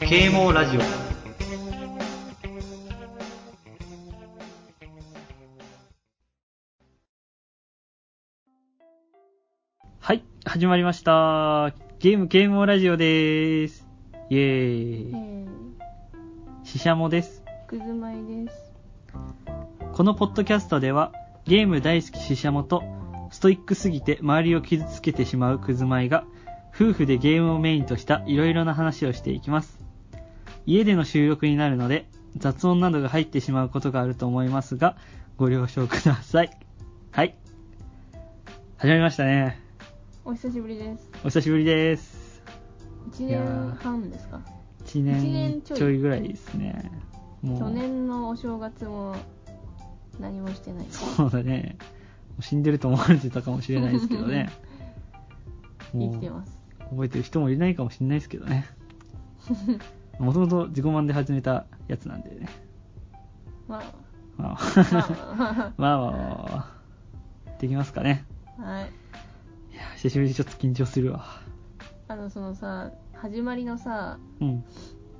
啓蒙ラジオはい、始まりました。ゲーム啓蒙ラジオでーす。イエえーイ。ー、ししゃもです。くずまいです。このポッドキャストではゲーム大好きししゃもとストイックすぎて周りを傷つけてしまうくずまいが夫婦でゲームをメインとしたいろいろな話をしていきます家での収録になるので雑音などが入ってしまうことがあると思いますがご了承くださいはい始まりましたねお久しぶりです。お久しぶりです1いやー年半ですか1一年年ちょいちょいぐらいですねもう去年のお正月も何もしてない。そうだね。もう死んでると思われてたかもしれないですけどね。 生きてもます。う覚えてる人もいないかもしれないですけどね。もともと自己満で始めたやつなんでね。ままあ、あ、ままあまあまあまあできますかね。あ、はい。いや、久しぶりにちょっと緊張するわ。あの、そのさ、始まりのさ、うん。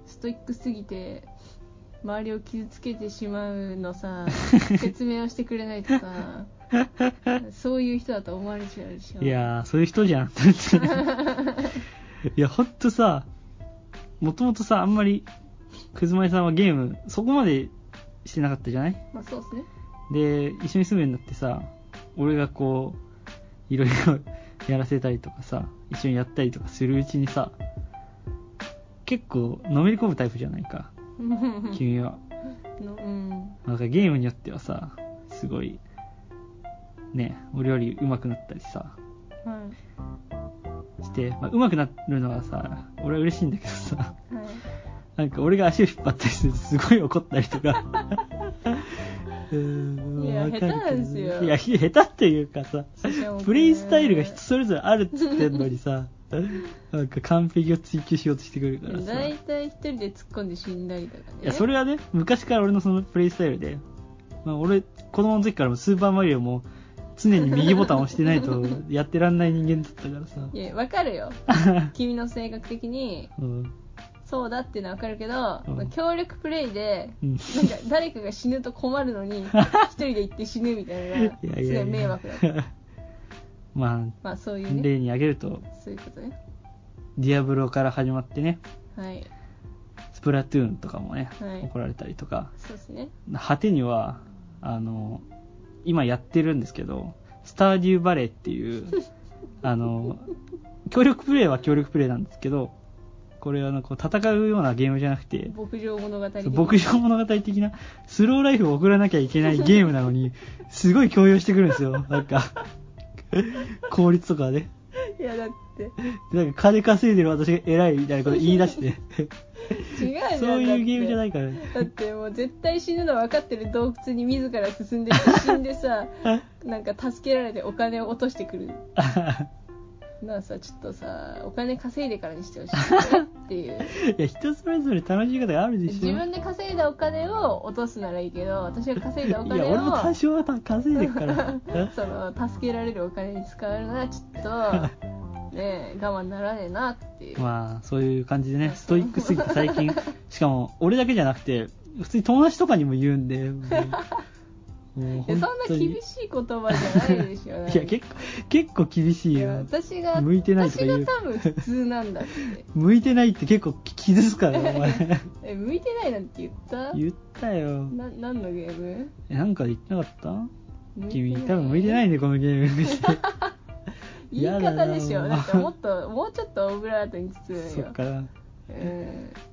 ストイックすぎて、周りを傷つけてしまうの さ、説明をしてくれないとさ、そういう人だと思われちゃうでしょ。いやー、そういう人じゃん。 いや、ほんとさ、もともとさ、あんまり、くずまいさんはゲーム、そこまでしてなかったじゃないまあそ うですね。 で一緒に住むようになってさ俺がこういろいろ やらせたりとかさ一緒にやったりとかするうちにさ結構のめり込むタイプじゃないか君は、のうん。なんかゲームによってはさすごいねお料理うまくなったりさはして、まあ、うまくなるのはさ俺は嬉しいんだけどさい。はい。なんか俺が足を引っ張ったりするとすごい怒ったりと かうーんいやわかるけど下手なんですよいやひ下手っていうかさプレイスタイルが人それぞれあるっつってんのに さなんか完璧を追求しようとしてくるからさ大い体一人で突っ込んで死んだりとかねやそれはね昔から俺のそのプレイスタイルで、まあ、俺子供の時からもスーパーマリオも常に右ボタン押してないとやってらんない人間だったからさいやわかるよ君の性格的に うんそうだっていうのはわかるけど、うん協力プレイでうんなんか誰かが死ぬと困るのに 一人で行って死ぬみたいいなのがやすいごやいいや迷 惑だったままあそうあいうね例に挙げるとそういうことねディアブロから始まってねはいスプラトゥーンとかもね、はい怒られたりとかそうですね果てにはあの今やってるんですけどスターデューバレーっていう あの協力プレイは協力プレイなんですけどこれはあのこう戦うようなゲームじゃなくて牧場物語的そう牧場物語的なスローライフを送らなきゃいけないゲームなのにすごい強要してくるんですよなん か効率とかねいやだってなんか金稼いでる私が偉いみたいなこと言い出して違うじゃ んそういうゲームじゃないいからねだってもう絶対死ぬの分かってる洞窟に自ら進んでって死ん でさなんか助けられてお金を落としてくるなあさちょっとさお金稼いでからにしてほし いなっていういや人それぞれ楽しみ方があるでしょ自分で稼いだお金を落とすならいいけど私が稼いだおいや金俺もを多少は稼いでるから その助けられるお金に使うのはち ょっとねえ我慢ならねえなってい う、まあそういう感じでねストイックすぎて最 近しかも俺だけじゃなくて普通に友達とかにも言うん でもういやそんな厳いしい言葉じゃないでしょ いや結構結構厳しいいやよ私が向いてないとか私言うが多分普通なんだって向いてないって結構傷つくからねお 前え向いてないなんて言った言ったよな何のゲームえなんか言ってなかった向いて君多分向いてないねこのゲーム 言い方でし嫌だょなだからもっともうちょっとオブラートに包むよそっからうん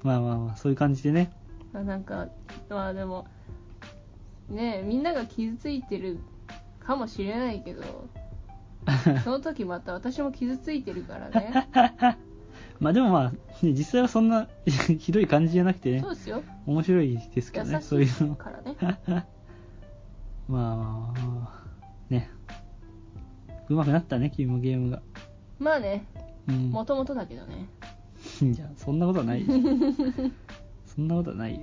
まあまあまあそういう感じでねまあなんかまあでもねえみんなが傷ついてるかもしれないけどその時また私も傷ついてるからね まあでもまあ、ね、実際はそんな ひどい感じじゃなくて ねそうですよ面白いですけど優ねそういしういの からねまあまあまあねうまくなったね君もゲームがまあねうんもともとだけどねいやそんなことは ないよそんなことはないよ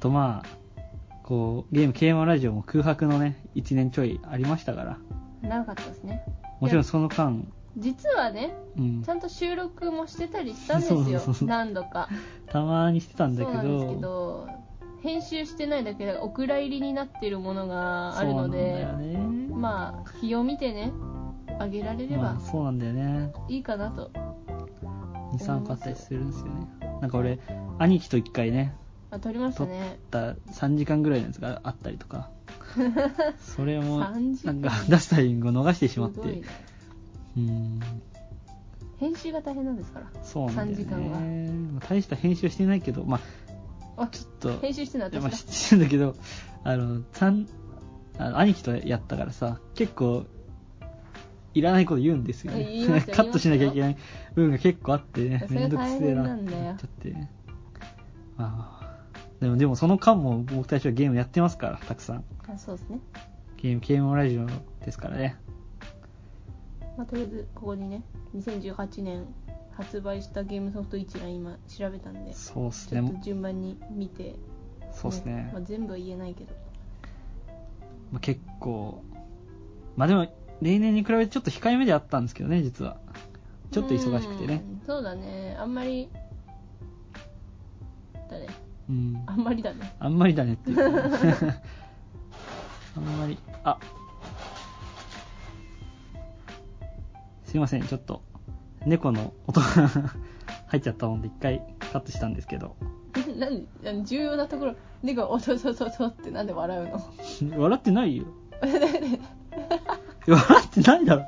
とまあこうゲーム啓蒙ラジオも空白のね1年ちょいありましたから長かったですねもちろんその間実はねうんちゃんと収録もしてたりしたんですよそうそうそう何度かたまにしてたんだそうけなんですけどど編集してないだけでお蔵入りになってるものがあるのでそうなんだよねまあ日を見てねあげられれまばあそうなんだよねいいかなと、 23個あったりするんですよねなんか俺兄貴と1回ねあ、撮りましたねだ3時間ぐらいのやつがあったりと かそれもな3時間んか出したイミングを逃してしすまっごいてねうん編集が大変なんですからそうなんだ3時間よねまあ大した編集はしてないけどまああちょっと編集してるのいやはまあ私だしてるんだけど あの三あの兄貴とやったからさ結構いらないこと言うんですよねえ言います よカットしなきゃいけない部分が結構あってねそれめんどくせえなって大変なんだなよっちゃってねまあでもでもその間も僕たちはゲームやってますからたくさんあそうですね、ゲームゲームラジオですからねまあ、とりあえずここにね2018年発売したゲームソフト一覧今調べたんでそうっすちょっとね順番に見て、そうっすねまあ、全部は言えないけどまあ、結構まあでも例年に比べてちょっと控えめであったんですけどね実はちょっと忙しくてねうんそうだねあんまりだねうんあんまりだね あんまりだねっていう あんまりあすいませんちょっと猫の音が 入っちゃったもんで一回カットしたんですけどなんであの重要なところ猫が「おとととと」ってなんで笑うの笑ってないよ 笑ってないだろ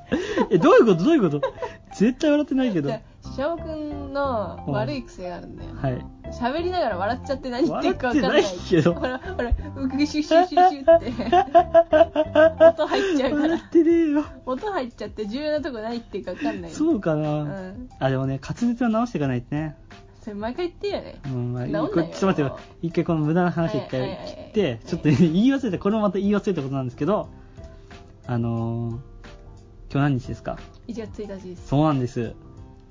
えどういうことどういうこと絶対笑ってないけどじゃはあシシャオくんの悪い癖があるんだよい喋りながら笑っちゃって何言ってるか分かんない笑ってないけどほらほらうくシュッシュッシュッシ ュッって音入っちゃうか笑らってねえよ音入っちゃって重要なとこ何言ってるか分かんないそうかな、うんあでもね滑舌を直していかないとねそれ毎回言ってよねうんまあ、いい直んこなれいよちょっと待ってよ一回この無駄な話一はいはい回はい切っはていちょっと言い忘れたこれもまた言い忘れたことなんですけどあのー、今日何日ですか1月1日ですそうなんです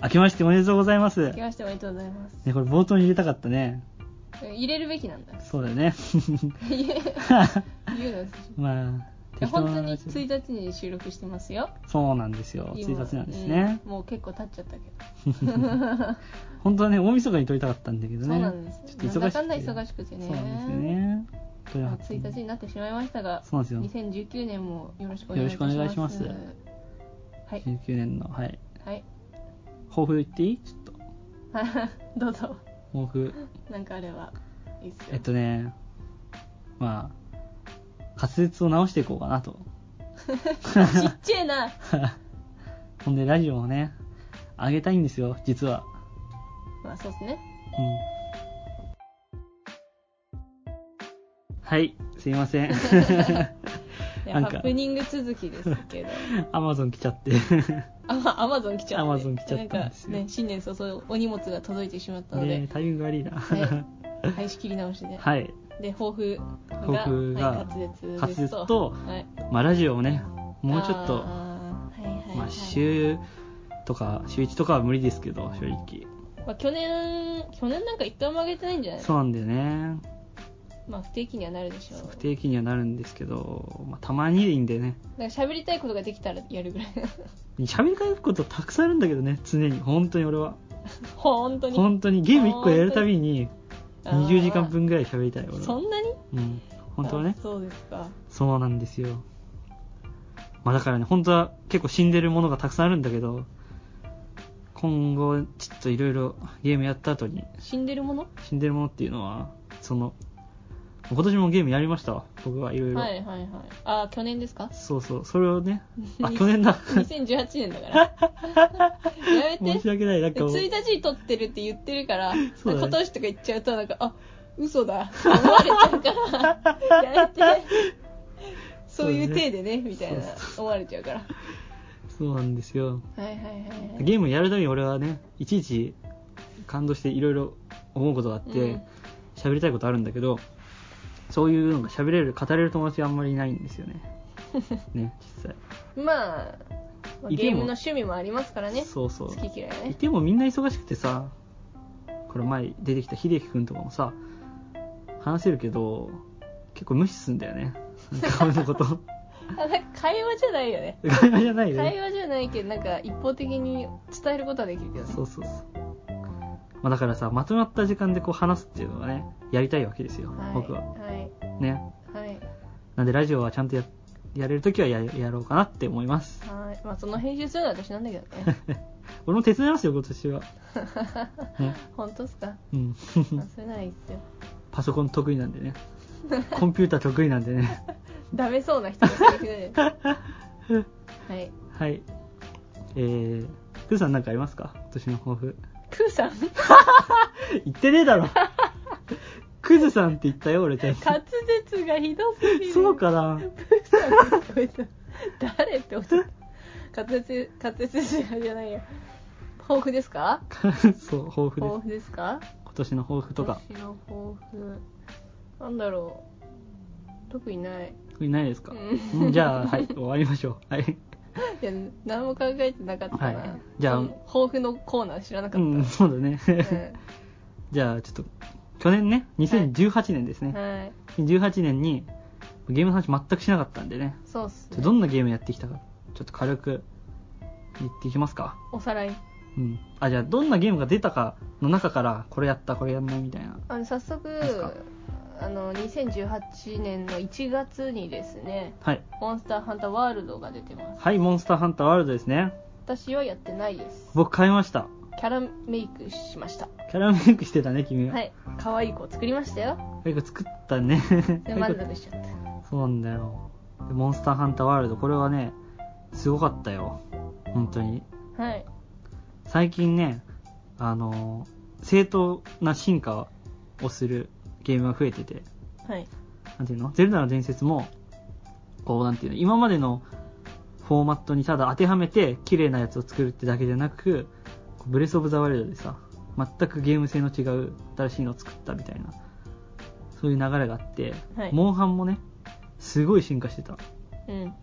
明けましておめでとうございます明けねましておめでとうございますこれ冒頭に入れたかったね入れるべきなんだ そうだよね言うのまあ適当な本当に話1日に収録してますよそうなんですよ今1日なんですね、うんもう結構経っちゃったけど 本当はね大晦日に撮りたかったんだけどねそうなんですちょっと忙しくてなんだかんだ忙しくてねそうなんですよね撮れなまかあったん1で日になってしまいましたがそうなんですよ2019年もよろしくおよ願いろいしたくお願いしますはい19年のはいはい抱負言っていいちょっと どうぞ抱負なんかあればいいっすよ、えっとね、まあ、滑舌を直していこうかなと。ちっちゃいなほんで、ラジオもね、上げたいんですよ、実は。まあそうですねうん。はい、すいま せん。いやなんハかプニング続きですけどアマゾン来ちゃって。あまアマゾン来ちゃった Amazon 来ちゃったんなですよかね新年早々お荷物が届いてしまったので、ねえタイミング悪いな。はい、はい、仕切り直してね、はい。で抱負が抱負がはい、滑舌です滑舌とはい、まあ、ラジオもね、もうちょっと、あーはいはいはいまあ、週とか、週1とかは無理ですけど、正直。まあ去年去年なんか一回も上げてないんじゃないのそうなんだよね。まあ不定期にはなるでしょう不定期にはなるんですけど、まあ、たまにでいいんでね。なんか喋りたいことができたらや るぐらい喋り返すことたくさんあるんだけどね、常に。本当に俺は。本当に本当に。ゲーム1個やるたびに、20時間分ぐらい喋りたい、俺そは。んなにうん。本当はねあ。そうですかそうなんですよ。まあだからね、本当は結構死んでるものがたくさんあるんだけど、今後、ちょっといろいろゲームやった後に、死んでるもの死んでるものっていうのは、その、今年もゲームやりましたわ、僕はいろいろ。はいはいはいああ去年ですかそうそう、それを ね、あ、去年だ。 2018年だからやめ申てし訳ない、なんかもう1日に撮ってるって言ってるから、そうだね今年とか言っちゃうとなんかあ嘘だ思われちゃうからやめてそういう体でねみたいな思われちゃうからそうなんですよ。はいはいはいはいゲームやるたびに俺はねいちいち感動していろいろ思うことがあっうんて喋、りたいことあるんだけどそういうのが喋れる語れる友達があんまりいないんですよ ねね実際まあ、まあいてもゲームの趣味もありますからね。そうそう好き嫌いはいね。てもみんな忙しくてさこれ前出てきた秀樹くんとかもさ 話せるけど結構無視すんだよねなんか俺のことあなんか会話じゃないよね会話じゃない会ね話じゃないけどなんか一方的に伝えることはできるけどねそうそうそう、まあ、だからさまとまった時間でこう話すっていうのはねやりたいわけですよ、はい、僕ははいねはいなんでラジオはちゃんとややれるときはややろうかなって思いますはいまあその編集するのは私なんだけどね俺も手伝いますよ今年は、ね 本当っすかうん、 あそれならいいっすよパソコン得意なんでねコンピューター得意なんでねダメそうな人がいてくれるはいはいえー、クーさんなんかありますか今年の抱負クーさん言ってねえだろクズさんって言ったよ俺ちゃんと滑舌がひどすぎるそうかなこいつ誰って思った滑舌滑舌じゃないよ抱負ですかそう抱負で抱す負ですか今年の抱負とか私の抱負なんだろう特にないないですか、うんうんじゃあはい終わりましょうはい、いや何も考えてなかったな、はいじゃあうん抱負のコーナー知らなかうった、うんん、そうだねじゃあちょっと去年ね2018年ですね、はい2018年にゲームの話全くしなかったんでねそうっちょすっとねどんなゲームやってきたかちょっと軽く言っていきますかおさらいうんあじゃあどんなゲームが出たかの中からこれやったこれやんないみたいなあの早速ですかあの2018年の1月にですねはい「モンスターハンターワールド」が出てますはいモンスターハンターワールドですね私はやってないです僕買いましたキャラメイクしましたキャラメイクしてたね君は、はい可愛い子作りましたよ結構作った ねで満足しちゃったそうなんだよでモンスターハンターワールドこれはねすごかったよ本当にはい最近ねあの正当な進化をするゲームが増えててはいなんていうのゼルダの伝説もこうなんていうの今までのフォーマットにただ当てはめて綺麗なやつを作るってだけじゃなくこうブレス・オブ・ザ・ワイルドでさ全くゲーム性の違う新しいのを作ったみたいなそういう流れがあって、はいモンハンもねすごい進化してたうん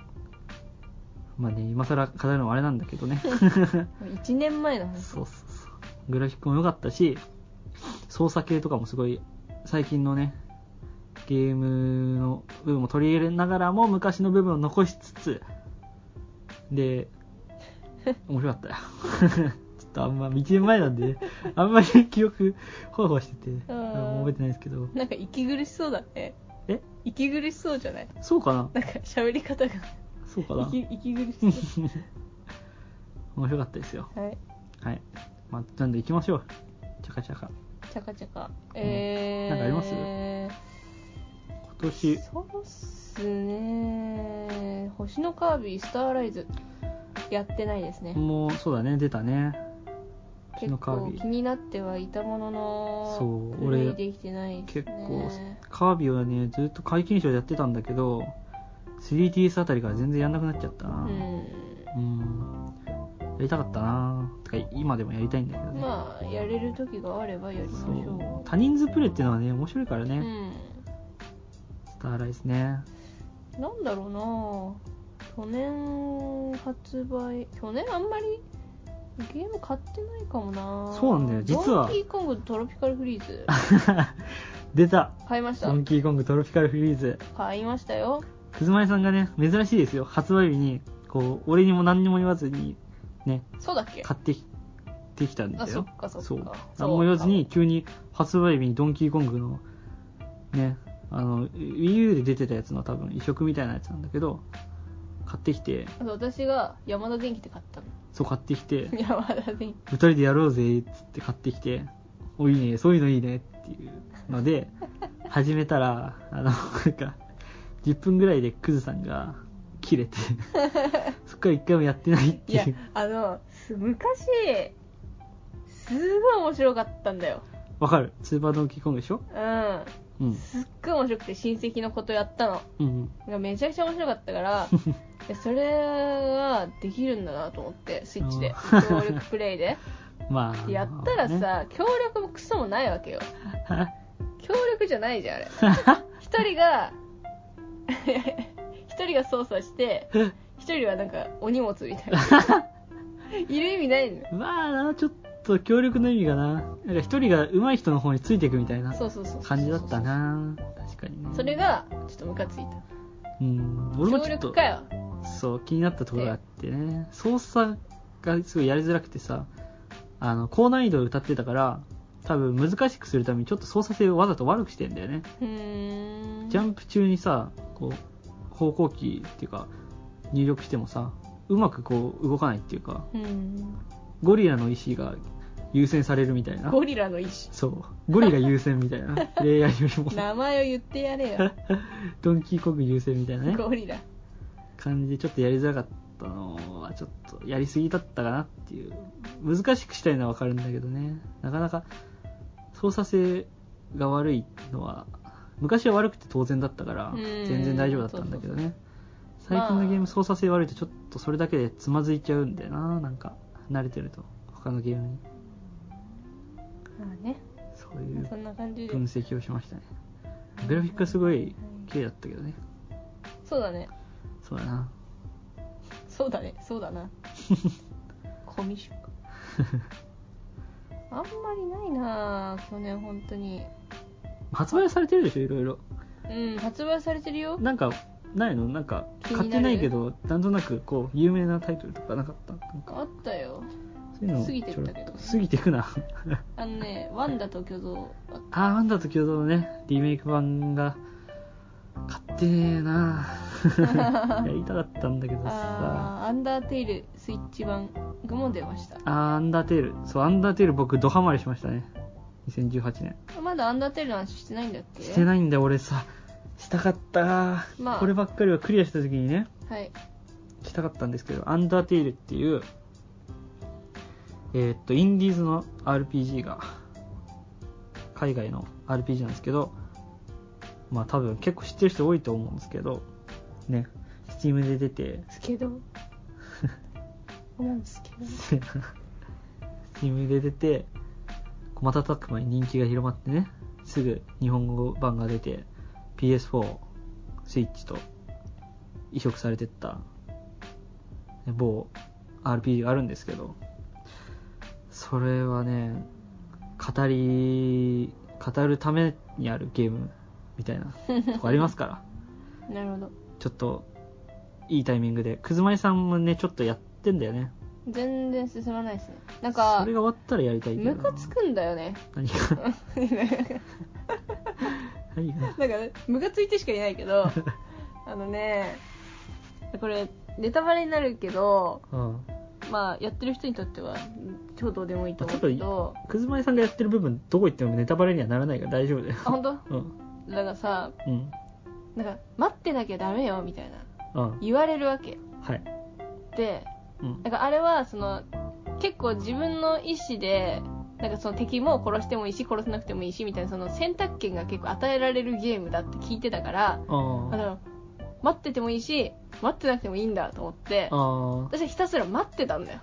まあね今更語るのもあれなんだけど ね1年前の話そうそうそうグラフィックも良かったし操作系とかもすごい最近のねゲームの部分も取り入れながらも昔の部分を残しつつ で面白かったよ ちょっとあんま1年前なんでねあんまり記憶ほわほわしててあうんんま覚えてないですけどなんか息苦しそうだねえ息苦しそうじゃないそうかななんか喋り方がそう かな 息息苦しそ面白かったですよう はいはい、まあ、なんで行きましょうチャカチャカチャカチャカえー、なんかあります今年そうっすね星のカービィスターライズやってないですねもうそうだね出たね星結のカー構ビィ気になってはいたもののそうプレイ俺できてないですね結構カービィはねずっと皆勤賞でやってたんだけど 3DS あたりから全然やんなくなっちゃったなうんうんやりたかったなてか今でもやりたいんだけどね、まあやれる時があればやりましそょうう多人数プレイっていうのはね面白いからうね、んスターライズね なんだろうな去年発売去年あんまりゲーム買ってないかもなそうなんだよ実はドンキーコングトロピカルフリーズ出た買いましたドンキーコングトロピカルフリーズ買いましたよくずまえさんがね珍しいですよ発売日にこう俺にも何にも言わずにねそうだっけ買ってきてきたんだよあそっかそそっかうそう何も言わずに急に発売日にドンキーコングのねあの Wii U で出てたやつの多分移植みたいなやつなんだけど買ってきてあと私が山田電機で買ったの そう買ってき て山田電機2人でやろうぜっつって買ってきておいいねそういうのいいねっていうので始めたらあのなんか10分ぐらいでクズさんが切 れてそっから一回もやってないっていい やうあのす昔すごい面白かったんだよわかるスーパードンキーコングでしょうんうんすっごい面白くて親戚のことやったの うんがめちゃくちゃ面白かったから でそれができるんだなと思ってスイッチでうん協力プレイでまあでやったらさ協力もクソもないわけよね協力じゃないじゃんあれ 一人が 一人が操作して一人はなんかお荷物みたいな いる意味ないのよまあちょっと協力の意味がななんか一人が上手い人の方についていくみたいなそうそうそうそう感じだったな確かにねそれがちょっとムカついたうん、俺もちょ協っ力とかよそう気になったところがあってね操作がすごいやりづらくてさあの高難易度で歌ってたから多分難しくするためにちょっと操作性をわざと悪くしてんだよね、うーんジャンプ中にさこう方向キーっていうか入力してもさうまくこう動かないっていうかうんゴリラの石が優先されるみたいなゴリラの意志そうゴリラ優先みたい なプレイヤーよりも 名前を言ってやれよドンキーコング優先みたいな ねゴリラ感じでちょっとやりづらかったのはちょっとやりすぎだったかなっていう難しくしたいのはわかるんだけどねなかなか操作性が悪いのは昔は悪くて当然だったからうん全然大丈夫だったんだけどねそうそう最近のゲーまあム操作性悪いとちょっとそれだけでつまずいちゃうんだよななんか慣れてると他のゲームにまあねそういうそんな感じで分析をしましたねグラフィックがすごい綺麗だったけどねそうだねそうだなそうだねそう だなコミショかあんまりないなあ去年本当に発売はされてるでしょいろいろうん発売されてるよなんかないのなんか気になる買ってないけどなんとなくこう有名なタイトルとかなかったなんかあったよそういうの過ぎてったけどちょろっと過ぎてくな あのねワンダと巨像ああーワンダと共同のねリメイク版が買ってねえ なやりたかったんだけどさあーアンダーテイルスイッチ版がも出ましたあーアンダーテールそうアンダーテール僕ドハマりしましたね2018年まだアンダーテイルの話してないんだっけしてないんだよ俺さしたかった、まあこればっかりはクリアした時にねはいしたかったんですけど、アンダーテイルっていう、えーっと、インディーズの RPG が、海外の RPG なんですけど、まあ多分結構知ってる人多いと思うんですけど、ね、Steam で出て、スケド思うんですけど Steam で出て、瞬く間に人気が広まってね、すぐ日本語版が出て、PS4、スイッチと移植されてった、ね某 RPG があるんですけど、それはね、語り、語るためにあるゲームみたいなとこありますから。なるほどちょっといいタイミングでくずまいさんもねちょっとやってんだよね全然進まないですねなんそかれが終わったらやりたいけどムなカつくんだよね 何が何がなんかねムカついてしかいないけ どあのねこれネタバレになるけどうんまあやってる人にとっては超どうでもいいと思うけどくずまいさんがやってる部分どこ行ってもネタバレにはならないから大丈夫だよあ本当うんだからさうんなんか待ってなきゃダメよみたいなうん言われるわけはいでうんなんかあれはその結構自分の意思でなんかその敵も殺してもいいし殺さなくてもいいしみたいなその選択権が結構与えられるゲームだって聞いてたからあああの待っててもいいし待ってなくてもいいんだと思ってあー私はひたすら待ってたんだよ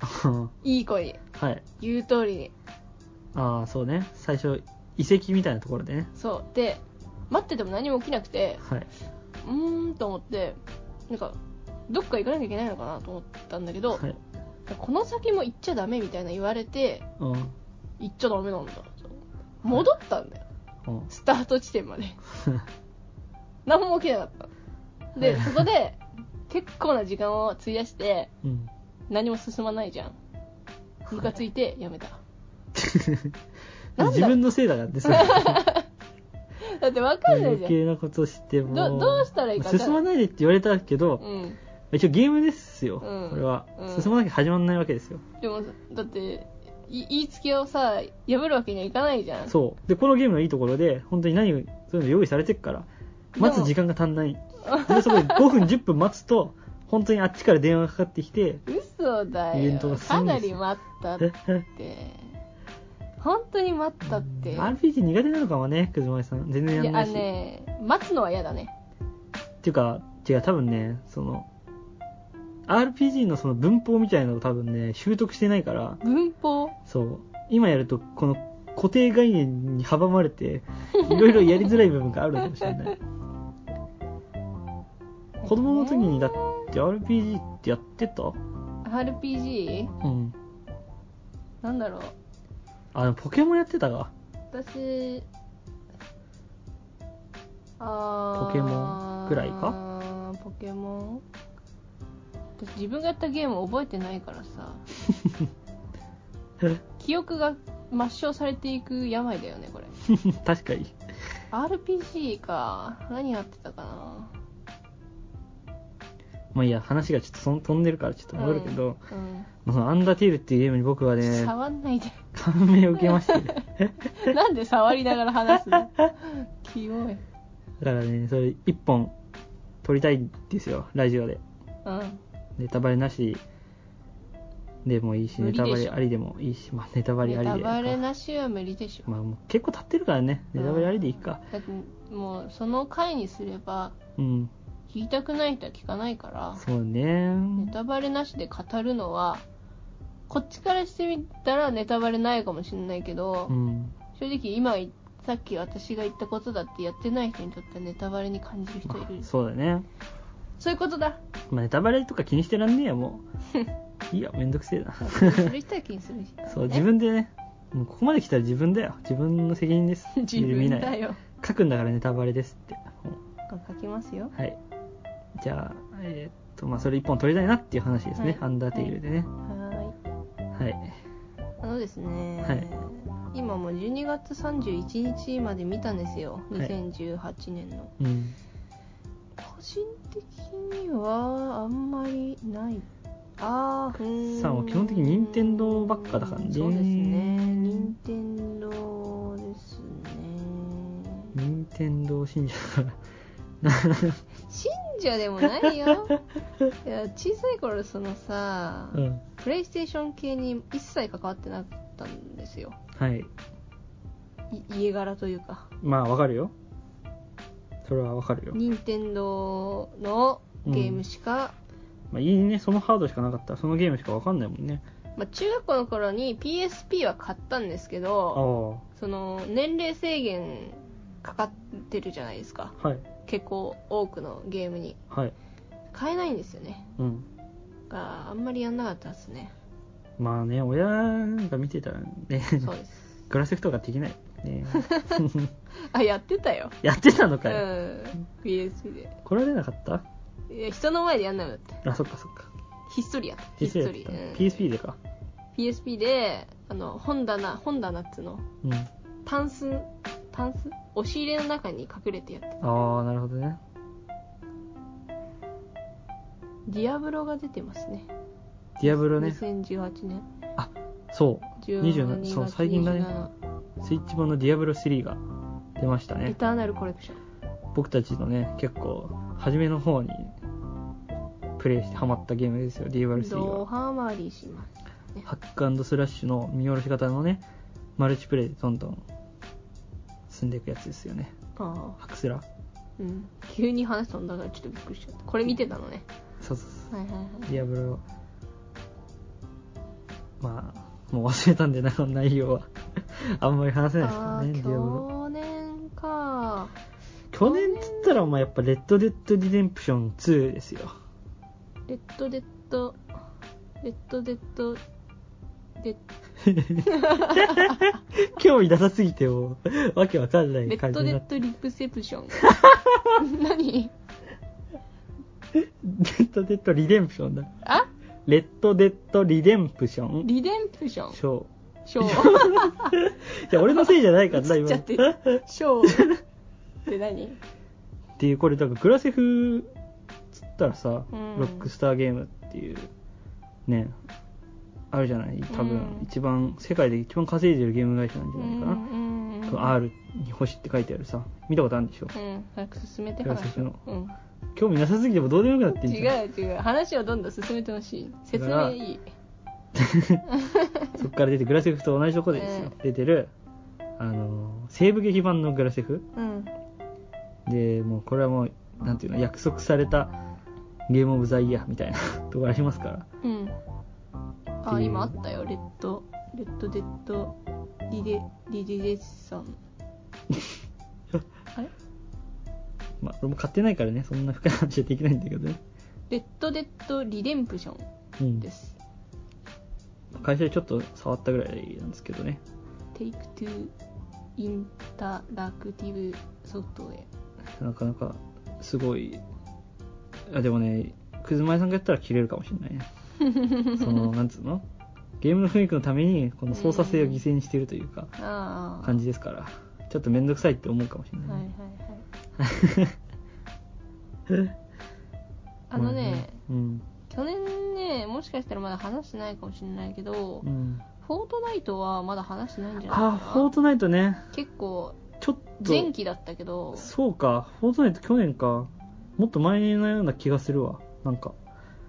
あ いい子にーはい言う通りにああそうね最初遺跡みたいなところでねそうで待ってても何も起きなくてはいうーんと思ってなんかどっか行かなきゃいけないのかなと思ったんだ けど、はいこの先も行っちゃダメみたいな言われてうんうん行っちゃダメなんだと戻ったんだよスタート地点まで何も起きなかったではいそこで結構な時間を費やして うん何も進まないじゃんムカついてやめたなんだ自分のせいだからって さだってわかんないじ余ゃん計なことしてもどどうしたらいいか進まないでって言われたけど、うん一応ゲームですよ、うんこれは、うん進まなきゃ始まんないわけですよでもだってい言いつけをさ破るわけにはいかないじゃんそうでこのゲームのいいところで本当に何をそういうの用意されてるからでも待つ時間が足んないでそこで5分10分待つと本当にあっちから電話がかかってきて嘘だイベンよトが済かむんなですりよ待ったっええて本当に待ったっていや RPG 苦手なのかもねくずまえさん全然やんなあいしのね待つのは嫌だねっていうか違う多分ねその RPG のその文法みたいなのを多分ね習得してないから文法そう今やるとこの固定概念に阻まれていろいろやりづらい部分があるのかもしれ ない子供の時にだって RPG ってやってた RPG うんなんだろうあのポケモンやってたが私あーポケモンくらいかケモン私自分がやったゲーム覚えてないからさ記憶が抹消されていく病だよねこれ 確かに RPG か何やってたかなまあいいや話がちょっとそん飛んでるからちょっと戻るけど、うんまあそのアンダーテールっていうゲームに僕はうん ね触んないで感銘を受けましてねなんで触りながら話すの キモいだからねそれ一本撮りたいんですよラジオでうんネタバレなしでもいいしネ無理でタしょバレありでもいいし、まあ、 ネタバレあネりでタバレなしは無理でしょまあ、もう結構経ってるからねネタバレありでいいかだってもうその回にすればうん、聞きたくない人は聞かないからそうねネタバレなしで語るのはこっちからしてみたらネタバレないかもしれないけど、うん正直今いさっき私が言ったことだってやってない人にとってはネタバレに感じる人いまるあ、そうだね、そういうこと だまあ、ネタバレとか気にしてらんねえやもういいやめんどくせえ な気にする人は気にする人そう自分でねもうここまで来たら自分だよ自分の責任です 自分見だないよ書くんだからネタバレですっても書きますようはいじゃあえーっとまあそれ一本取りたいなっていう話ですね、はいアンダーテイルでねはーいはい、あのですね、はい今もう12月31日まで見たんですよはい2018年の、うん個人的にはあんまりないああふーんさあもう基本的に任天堂ばっかだからねそうですね任天堂ですね任天堂信者だから信者でもな いよいや小さい頃そのさ、うんプレイステーション系に一切関わってなかったんですよはいい家柄というかまあわかるよそれはわかるよ、任天堂のゲームしか、まあ、いいねそのハードしかなかったらそのゲームしかわかんないもんねまあ、中学校の頃に PSP は買ったんですけあどあはその年齢制限かかってるじゃないですかい結構多くのゲームにはい買えないんですよねうんだからあんまりやんなかったですねまあね親が見てたらねそうです グラセフとかできないねあやってたよ、やってたのかうよ、ん PSP で来られなかったいや人の前でやんなかったあそっかそっかひっそりやったひっそやっり、たうん PSP でか PSP であの本棚本棚っつうのうんタンスタンス押し入れの中に隠れてやってああなるほどねディアブロが出てますねディアブロね2018年そう17 27月そう最近だねスイッチ版のディアブロ3が出ました27エねターナルコレクション僕たちのね結構初めの方にプレイしてハマったゲームですよディアブロ3ドはハマりしますハックスラッシュの見下ろし型のねマルチプレイでどんどん進んでいくやつですよねああハクスラうん急に話したんだからちょっとびっくりしちゃったこれ見てたのねそうそうそうはいはいはいディアブロまあもう忘れたんでな内容は あんまり話せないですからああねディアブロ去年か去年っつったらまあやっぱレッドデッドリデンプション2ですよ レッドデッドレッドデッドデッ興味なさすぎてもうわけわかんなレいッ感じドにデなッってドリプセプション何レッドデッドリデンプションだあレッドデッドリデンプションリデンプションショーショーいや俺のせいじゃ ないからな 映っ今ちのゃ ってるショーって何っていうこれだからグラセフつったらさ、うんロックスターゲームっていうねあるじゃない多分、うん一番世界で一番稼いでるゲーム会社なんじゃないかな、うんうんこの R に星って書いてあるさ見たことあるんでしょうん早く進めていや話進めろを、うん、興味なさすぎてもどうでもよくなってんじゃん違う違う話をどんどん進めてほしい説だから明いい そっから出てグラセフと同じとこでですよ、う出てるあのー西部劇版のグラセフ うんでもうこれはもうなんていうの約束されたゲームオブザイヤーみたいな ところありますからうんっあていう今あったよレッドレッドデッドリデリデデッサ ンあれまあ俺も買ってないからねそんな深い話はできないんだけどねレッドデッドリデンプショうんンです会社でちょっと触ったぐらいなんですけどね Take to インタラクティブソフトウェなかなかすごいあでもねくずまえさんがやったら切れるかもしれないね そのなんつうのゲームの雰囲気のためにこの操作性を犠牲にしてるというかああ感じですからちょっと面倒くさいって思うかもしれないはいはいね、はい あのね、うん去年ねもしかしたらまだ話してないかもしれないけど、うんフォートナイトはまだ話してないんじゃないかあなフォートナイトね結構ちょっと前期だったけどそうかフォートナイト去年かもっと前のような気がするわなんか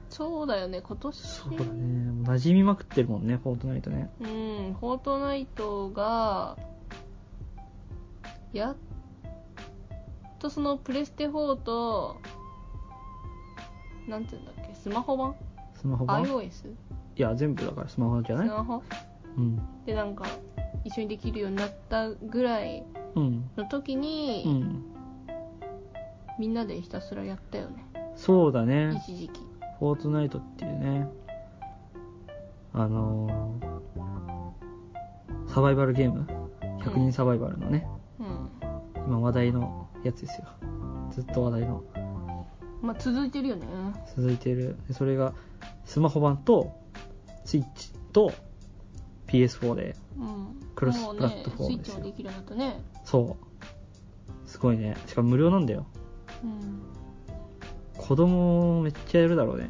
そうだよね今年そうだねもう馴染みまくってるもんねフォートナイトねうんフォートナイトがやっとそのプレステ4となんていうんだっけスマホ版スマホ版 iOS いや全部だからスマホじスゃないマホうんでなんか一緒にできるようになったぐらいうんの時に、うんみんなでひたすらやったよねそうだね一時期フォートナイトっていうねあのーサバイバルゲーム100人サバイバルのね、うん今話題のやつですよずっと話題のまあ続いてるよね続いてるでそれがスマホ版とスイッチと PS4 でうんクロスプラットフォームですもうねスイッよチもできるようになったねそうすごいねしかも無料なんだようん子供めっちゃやるだろうね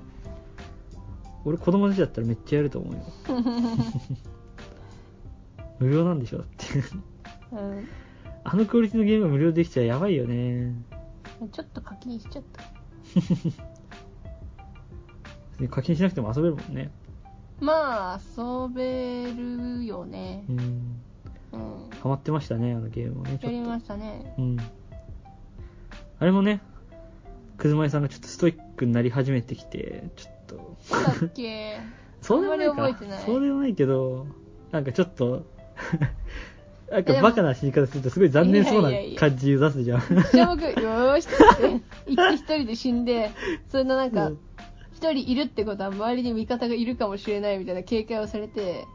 俺子供の時だったらめっちゃやると思うよ無料なんでしょだってうあのクオリティのゲームが無料できちゃやばいよね ん、ちょっと課金しちゃったで課金しなくても遊べるもんねまあ遊べるよねうんうんハマってましたねあのゲームをねちやりょっましたねとうんあれもねくずまえさんがちょっとストイックになり始めてきてちょっとなんだっけそうでもないあんまかり覚えてないそうでもないけどなんかちょっ となんいやかでもバカな死に方するとすごい残念そうないやいやいや感じを出すじゃんめっちゃ僕よーしって言って一人で死んでそんななんかうん一人いるってことは周りに味方がいるかもしれないみたいな警戒をされて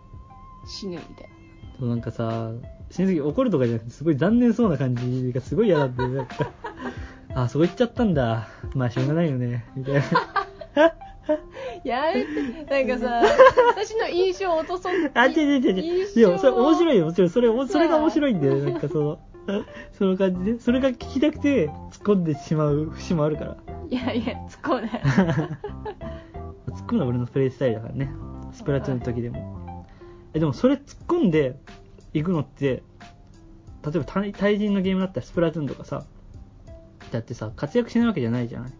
死ぬみたい そうなんかさ死ぬ時怒るとかじゃなくてすごい残念そうな感じがすごい嫌だってなん かあそこ行っちゃったんだまあしょうがないよねみたいなな やめてなんかさ私の印象を落とそう あ違う違う違う印違うで象もそれ面白いよもちろんそれあそれが面白いんだよねなんかその その感じでそれが聞きたくて突っ込んでしまう節もあるからいやいや突っ込 んない突っ込むのは俺のプレイスタイルだからねスプラトゥーンの時でも、えでもそれ突っ込んでいくのって例えば対対人のゲームだったらスプラトゥーンとかさだってさ活躍しないわけじゃないじゃない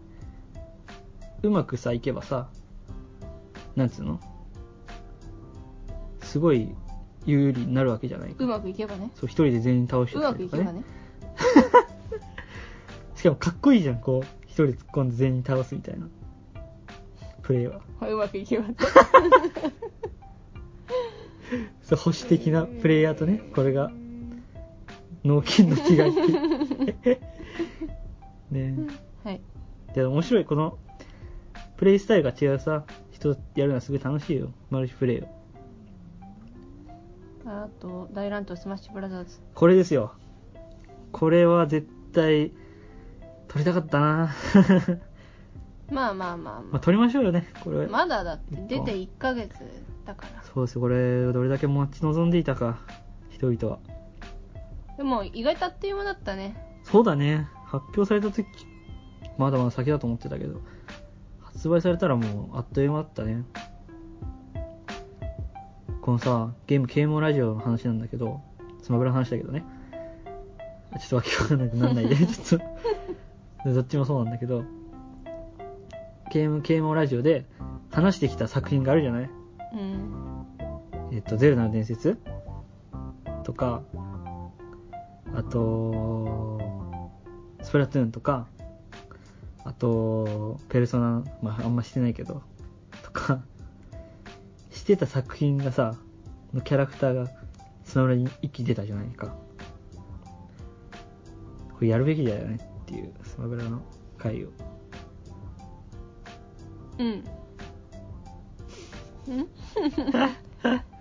うまくさいけばさなんつうのすごい有利になるわけじゃないうかまくいけばねそう一人で全員倒してうまくいけばね しかもかっこいいじゃんこう一人突っ込んで全員倒すみたいなプレイははいうまくいけばねそう保守的なプレイヤーとねこれが脳筋の違いっていうね はいえで面白いこのプレイスタイルが違うさ人とやるのはすごい楽しいよマルチプレイをあと大乱闘スマッシュブラザーズこれですよこれは絶対撮りたかったな まあまあまあままあ撮りましょうよねこあれまだだって出て1ヶ月だからそうですよこれどれだけ待ち望んでいたか人々はでも意外とあっという間だったねそうだね発表された時まだまだ先だと思ってたけど発売されたらもうあっという間だったねこのさゲーム啓蒙ラジオの話なんだけどスマブラの話だけどねちょっとわけわかんなくなんないでちょっとどっちもそうなんだけどゲーム啓蒙ラジオで話してきた作品があるじゃないうんえっと、ゼルダの伝説とか、あと、スプラトゥーンとか、あと、ペルソナ、まあ、あんましてないけど、とか、してた作品がさ、のキャラクターが、その裏に一気に出たじゃないか。これやるべきだよねっていう、スマブラの回を。う んうん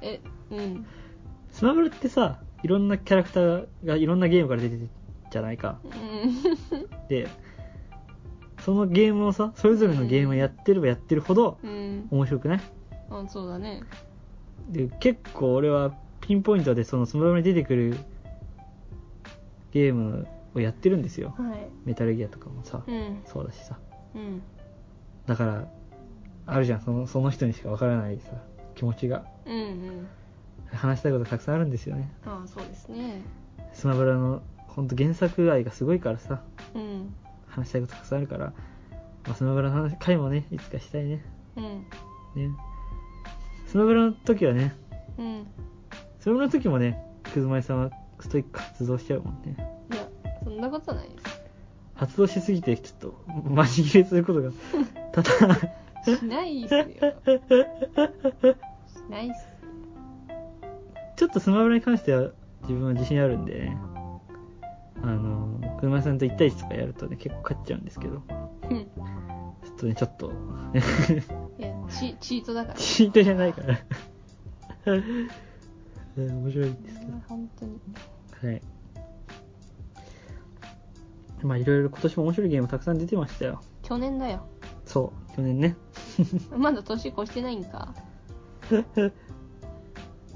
えうんスマブラってさ、いろんなキャラクターがいろんなゲームから出てるじゃないか。うんで、そのゲームをさそれぞれのゲームをやってればやってるほどうん面白くないあそうだねで結構俺はピンポイントでそのそのままに出てくるゲームをやってるんですよはいメタルギアとかもさ、うんそうだしさうんだからあるじゃんそのその人にしかわからないさ気持ちがうんうん話したいことたくさんあるんですよねあそうですねスマブラのほんと原作愛がすごいからさうん話したいことたくさんあるから、まあ、スマブラの話回もねいつかしたいねうんねスマブラの時はねうんスマブラの時もねくずまえさんはストイック発動しちゃうもんねいやそんなことないで発動しすぎてちょっとマジ切れすることが多々すしないっすよしないっすちょっとスマブラに関しては自分は自信あるんでねあのくずまえさんと1対1とかやるとね結構勝っちゃうんですけどうちょんっとねちょっといやチチートだからチートじゃないからうん面白いんですけど本当にはい。まあいろいろ今年も面白いゲームたくさん出てましたよ。去年だよそう、去年ね。まだ年越してないんか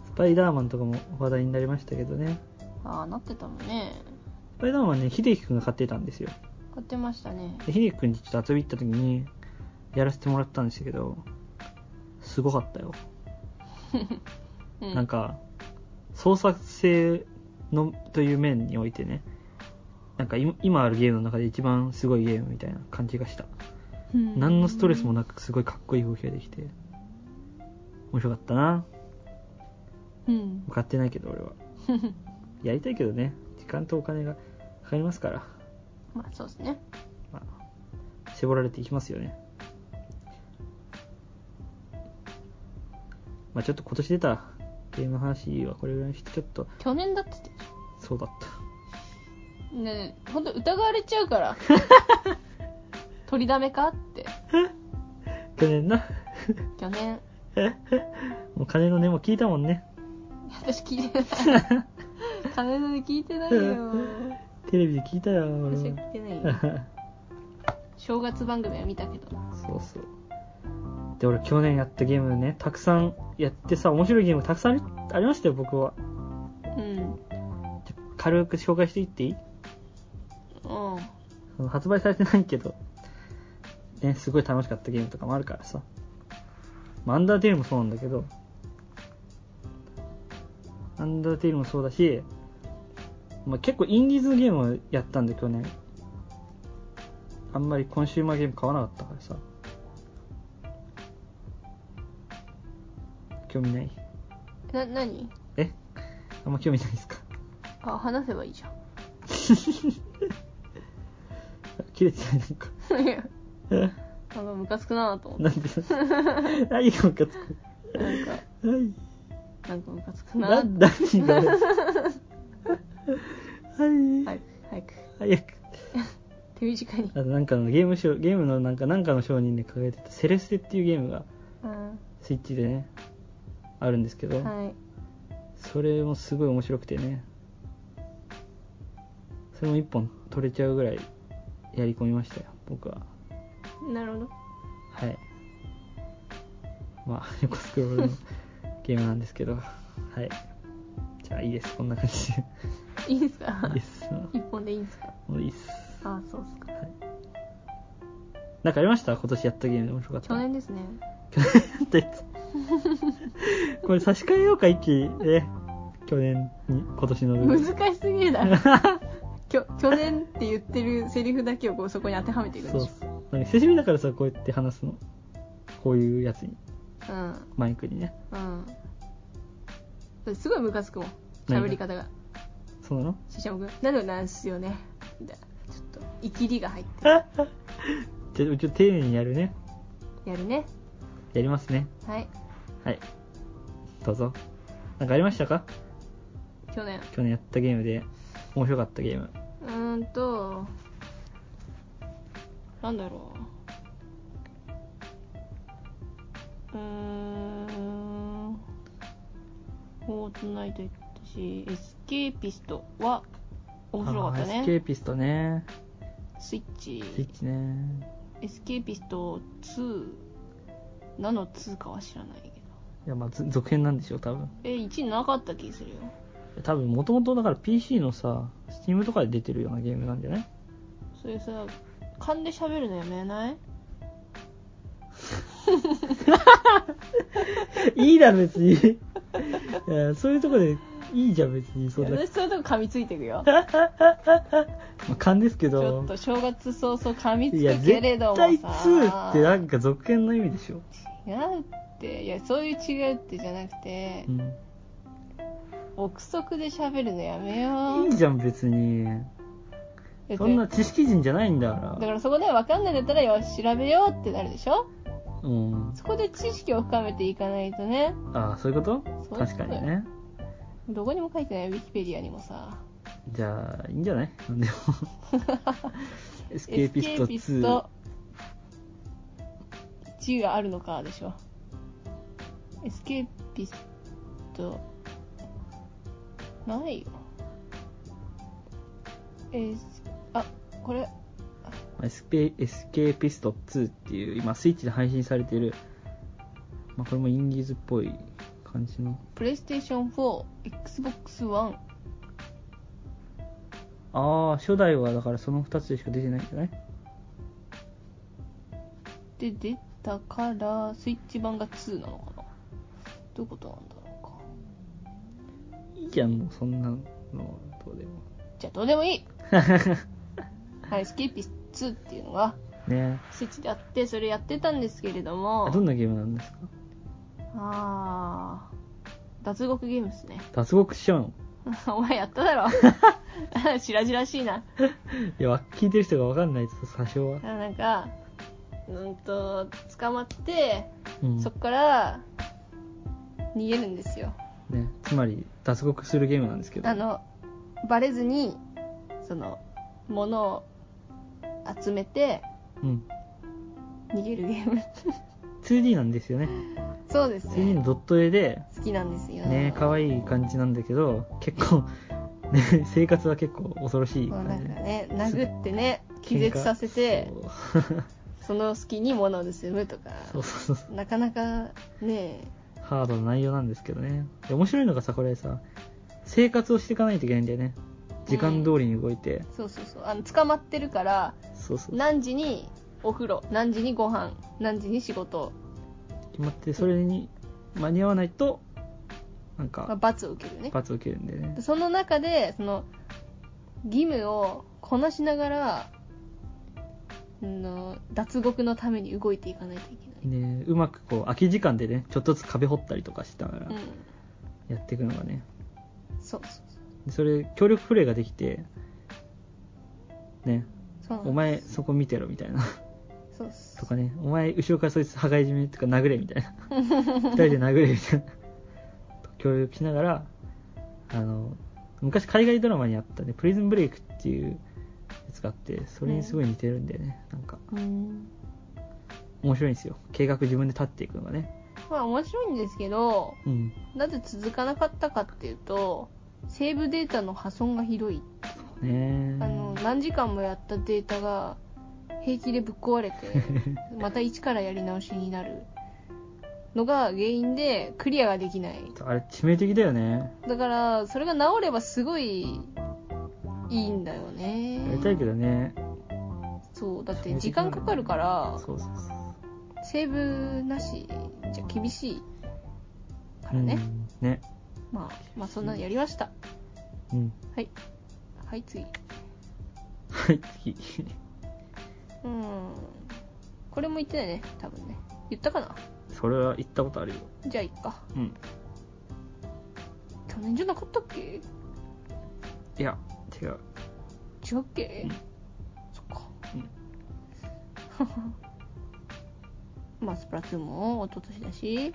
スパイダーマンとかも話題になりましたけどね。ああなってたもんねスパイダーマンね、秀樹くんが買ってたんですよ。買ってましたねで秀樹くんにちょっと遊び行った時に、やらせてもらったんですけど、すごかったよ。うなんか、操作性の、という面においてね、なんか今今あるゲームの中で一番すごいゲームみたいな感じがした。うん何のストレスもなくすごいかっこいい動きができて面白かったなうん向かってないけど俺はやりたいけどね時間とお金がかかりますから、まあそうですねまあ、絞られていきますよねまあちょっと今年出たゲームの話はこれぐらいにしてちょっと去年だってってそうだったねえ本当疑われちゃうから 取りだめかって去年な去年もう金の根も聞いたもんねいや私聞いてない金の聞いてないよ テレビで聞いたよ俺私はは聞いてないよ 正月番組は見たけどそうそう。で、俺去年やったゲームね、たくさんやってさ、面白いゲームたくさんありありましたよ、僕は。うんちょ軽く紹介していっていいうんその発売されてないけど、ね、すごい楽しかったゲームとかもあるからさ。まあアンダーテールもそうなんだけど、アンダーテールもそうだし、まあ、結構インディーズのゲームをやったんで、去年。あんまりコンシューマーゲーム買わなかったからさ。興味ないな何えあんま興味ないですか あ話せばい いじ切れてないなんか。ゃんいやなんかムカつくなぁと思 っなんで 何がムカつくてなんか何なんかムカつくななぁ何がムカつくはい、はい 早く早く手短にあとなんかのゲームショーゲームのなんかなんかの商人で掲げてたセレステっていうゲームがうんスイッチでねあるんですけど、はいそれもすごい面白くてねそれも一本取れちゃうぐらいやり込みましたよ僕はなるほどはいまあ横スクロールのゲームなんですけどはいじゃあいいですこんな感じでいいんすかいいですも一本でいいんすかういいっすあそうっすかなんかありました今年やったゲームで面白かった去年ですね去年ってやつ これ差し替えようか一気にね去年に今年の難分しすぎるだろきょ去年って言ってるセリフだけをこうそこに当てはめていくん そでうしなんか久しぶりだからさこうやって話すのこういうやつにょうんマイクにねうん私すごいムカつくもん何が喋り方がそうなの ししゃもくんなるなんすよねみたいなちょっといきりが入ってじゃあうちょ丁寧にやるねやるねやりますねはいはいどうぞなんかありましたか去年去年やったゲームで面白かったゲームうーんとなんだろううーんフォートナイト行ったしエスケーピストは面白かっあーたエスケねーピストねスイッチスイッチねエスケーピスト2なの2かは知らないけどいやまあず続編なんでしょう多分え1なかった気するよ多分もともとだから PC のさ Steam とかで出てるようなゲームなんじゃないそれさ勘で喋るのやめないいいだろ別に いやそういうとこでいいじゃん別にそんな、ま私そういうとこ噛みついてい くよあ、勘ですけちょどっと正月早々噛みついやくけ絶れどもさ対2ってなんか続編の意味でしょ、違うっていやそういう違うってじゃなくてうん、憶測で喋るのやめよういいじゃん別にだってそんな知識人じゃないんだかだらからそこで分かんないんだったらよし調べようってなるでしょうんそこで知識を深めていかないとねああそういうことそういうこと確かにねどこにも書いてないウィキペディアにもさじゃあいいんじゃないなんでもエスケーピストエスケーピス2ト1があるのかでしょエスケーピストないよエスあこれエスペエスケーピスト2っていう今スイッチで配信されてる、まあ、これもインディーズっぽい感じのプレイステーション 4XBOX1 ああ初代はだからその2つでしか出てないんじゃないで出たからスイッチ版が2なのかなどういうことなんだろうかいいじゃんもうそんなのどうでもじゃあどうで もいいはいスキーピス2っていうのがねスイッチであってそれやってたんですけれどあどんもなゲームなんですかあー脱獄ゲームですね 脱獄しちゃうのお前やっただろ しらじらしいないやわ聞いてる人がわかんないと多少は、なんかうんと捕まって、うんそっから逃げるんですよね、つまり脱獄するゲームなんですけどあのバレずにその物を集めてうん、逃げるゲーム 2D なんですよねそうです 2D のねドット絵で好きなんですよね可愛い感じなんだけど結構、ね、 生活は結構恐ろしいそう感なんじかね殴ってね気絶させてその隙に物を盗むとかそうそうそうそうなかなかねハードな内容なんですけどねで面白いのがさこれさ生活をしていかないといけないんだよね時間通りに動いて、そうそうそうあの捕まってるからそうそう何時にお風呂何時にご飯何時に仕事、決まってそれに間に合わないとなんまあ、か罰を受けるね罰を受けるんでねその中でその義務をこなしながらうんの脱獄のために動いていかないといけない、ねうまくこう空き時間でねちょっとずつ壁掘ったりとかしながらうん、やっていくのがね、そうそうそうでそれ協力プレイができてねそうなんお前そこ見てろみたいな そうそうとかねお前後ろからそいつ羽交い締めとか殴れみたいな 二人で殴れみたいなと協力しながらあの昔海外ドラマにあったねプリズンブレイクっていうやつがあってそれにすごい似てるんだよね、なんかうん面白いんですよ計画自分で立っていくのがねまあ面白いんですけどうんなぜ続かなかったかっていうとセーブデータの破損がひどいねあの何時間もやったデータが平気でぶっ壊れ てまた一からやり直しになるのが原因でクリアができないあれ致命的だよねだからそれが治ればすごいいいんだよねやりたいけどねそうだって時間かかるからそうそうそうセーブなしじゃ厳しいからね、うんねまあ、まあそんなのやりましたうんはいはい次はい 次うんこれも言ってないね多分ね言ったかなそれは行ったことあるよ。じゃあいっかうん。去年じゃなかったっいけや、違う。違うっうけ、んそっかうん。 まあスプラトゥーンも一昨年だし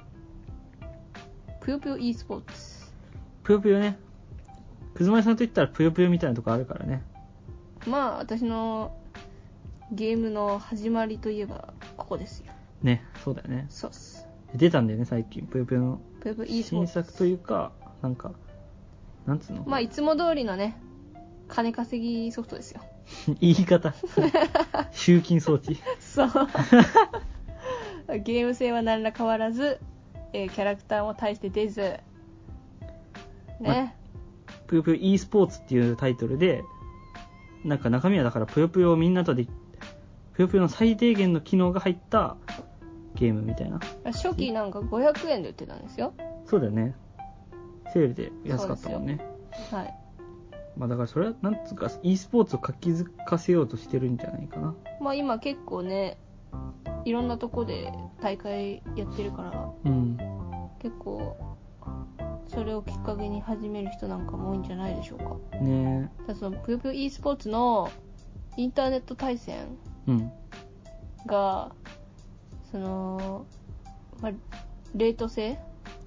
ぷよぷよ e スポーツぷよぷよね。くずまりさんと言ったらぷよぷよみたいなとこあるからね。まあ私のゲームの始まりといえばここですよね、そうだよね。そうっす出たんだよね、最近。ぷよぷよのぷよぷよ e スポー新ツ作というか、なんか、なんつうのまあいつも通りのね金稼ぎソフトですよ 言い方 集金装置そう ゲーム性は何ら変わらず、えーキャラクターも大して出ずね、ぷよぷよ e スポーツっていうタイトルで、なんか中身はだからぷよぷよをみんなとで、ぷよぷよの最低限の機能が入ったゲームみたいな。初期なんか500円で売ってたんですよそうだよね。セールで安かったもんね。はいまあだからそれは、なんつうか、e スポーツを活気づかせようとしてるんじゃないかな。まあ今結構ねいろんなとこで大会やってるからうん。結構それをきっかけに始める人なんかも多いんじゃないでしょうかねただそのぷよぷよ e スポーツのインターネット対戦え。うん。がその、まあ、レート制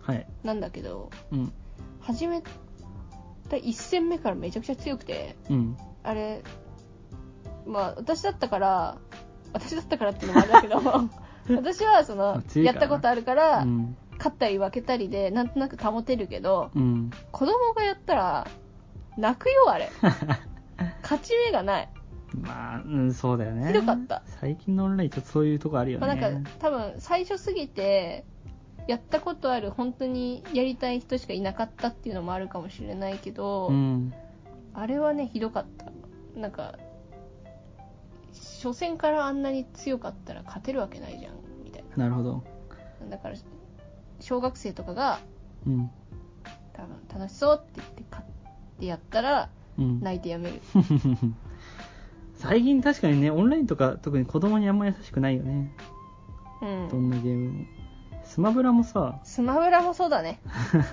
はい。なんだけどうん。始めた1戦目からめちゃくちゃ強くてうん。あれまあ私だったから私だったからっていうのもあれだけど 私はそまあの強いかやらなったことあるから、うん。勝ったり負けたりでなんとなく保てるけどうん。 子供がやったら泣くよあれ勝ち目がない、まあ、うん、そうだよね。ひどかった。最近のオンラインちょっとそういうとこあるよまね。あ、なんか多分最初すぎてやったことある本当にやりたい人しかいなかったっていうのもあるかもしれないけど、うん。あれはねひどかったなんか初戦からあんなに強かったら勝てるわけないじゃんみたいなるほど。なだから小学生とかがうん。多分楽しそうって言って買ってやったらうん。泣いてやめる 最近確かにねオンラインとか特に子供にあんま優しくないよねうどんんなゲームもスマブラもさスマブラもそうだね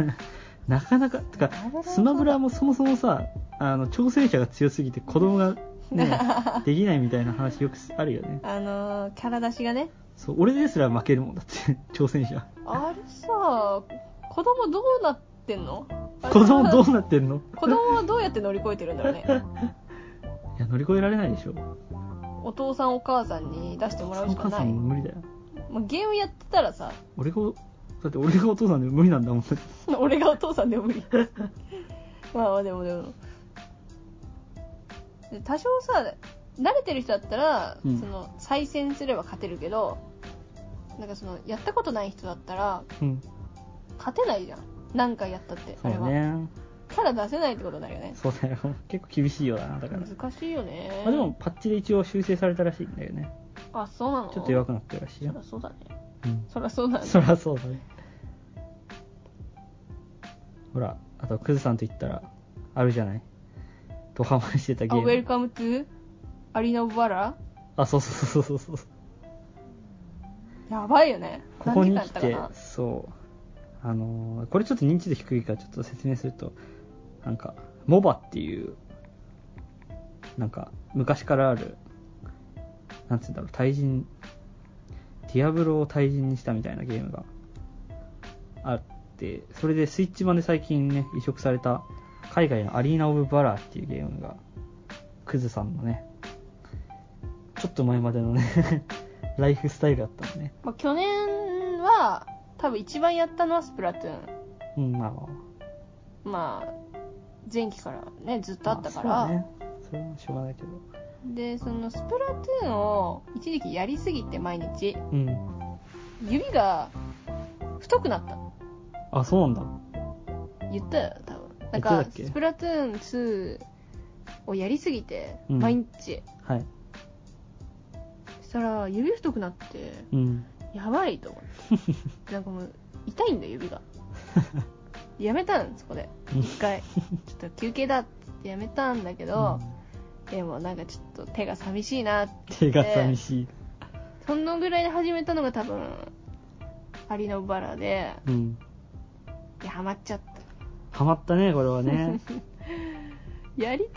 なかなかてかスマブラもそもそもさあの挑戦者が強すぎて子供が ねできないみたいな話よくあるよねあのーキャラ出しがねそう俺ですら負けるもんだって挑戦者あれさ子供どうなってんのあれ子供どうなってんの子供はどうやって乗り越えてるんだろうね いや乗り越えられないでしょお父さんお母さんに出してもらうしか母なさい、んも無理だよまあ、ゲームやってたらさ俺がだって俺がお父さんでも無理なんだもん俺がお父さんでも無理 まあまあでもでもで多少さ慣れてる人だったら、うんその再戦すれば勝てるけどなんかそのやったことない人だったらうん勝てないじゃん何回やったってあそれは、うねキャラ出せないってことになるよねそうだよ結構厳しいよなだから難しいよねまあ、でもパッチで一応修正されたらしいんだよねあそうなのちょっと弱くなってるらしいそよりゃ、そうだねうん、そりゃそうだ ねそりゃそうだねほらあとクズさんと言ったらあるじゃないドハマりしてたゲあーウムェルカムトゥアリーナ・オブ・バラあそうそうそうそうそうやばいよねここに来何時間てやったかなそうあのーこれちょっと認知度低いからちょっと説明するとなんか MOBA っていうなんか昔からあるなんつうんだろう対人ディアブロを対人にしたみたいなゲームがあってそれでスイッチ版で最近ね移植された海外のアリーナ・オブ・バラーっていうゲームがクズさんのねちょっと前までのね ライフスタイルだったのねまあ、去年は多分一番やったのはスプラトゥーうんまあまあンまあ前期からねずっとあったから、まあそうね、それはしょうがないけどでそのスプラトゥーンを一時期やりすぎて毎日うん指が太くなったあそうなんだ言ったよ多分な言んっかてたっけスプラトゥーン2をやりすぎてうん毎日、はいそしたら指太くなってうんやばいと思っ てなんかもう痛いんだよ指がやめたんそこでうん 一回ちょっと休憩だっつってやめたんだけど、でもなんかちょっと手が寂しいなって手が寂しい、そのぐらいで始めたのが多分アリのバラでうんでハマっちゃったハマったねこれは ねやりたい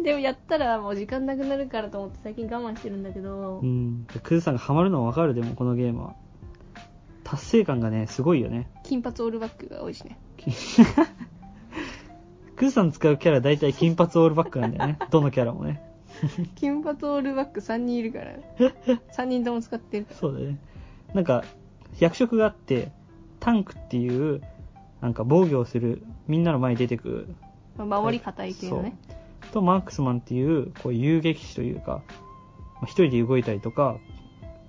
ねでもやったらもう時間なくなるからと思って最近我慢してるんだけど、うんクズさんがハマるのはわかるでもこのゲームは達成感がねすごいよね 金髪オールバックが多いしねクズさん使うキャラ大体金髪オールバックなんだよ ねどのキャラもね 金髪オールバック3人いるから3人とも使ってるかそうだねなんか役職があってタンクっていうなんか防御をするみんなの前に出てくるら、まあ、守り固い系のねそうとマークスマンっていうこう遊撃士というかまあ一人で動いたりとか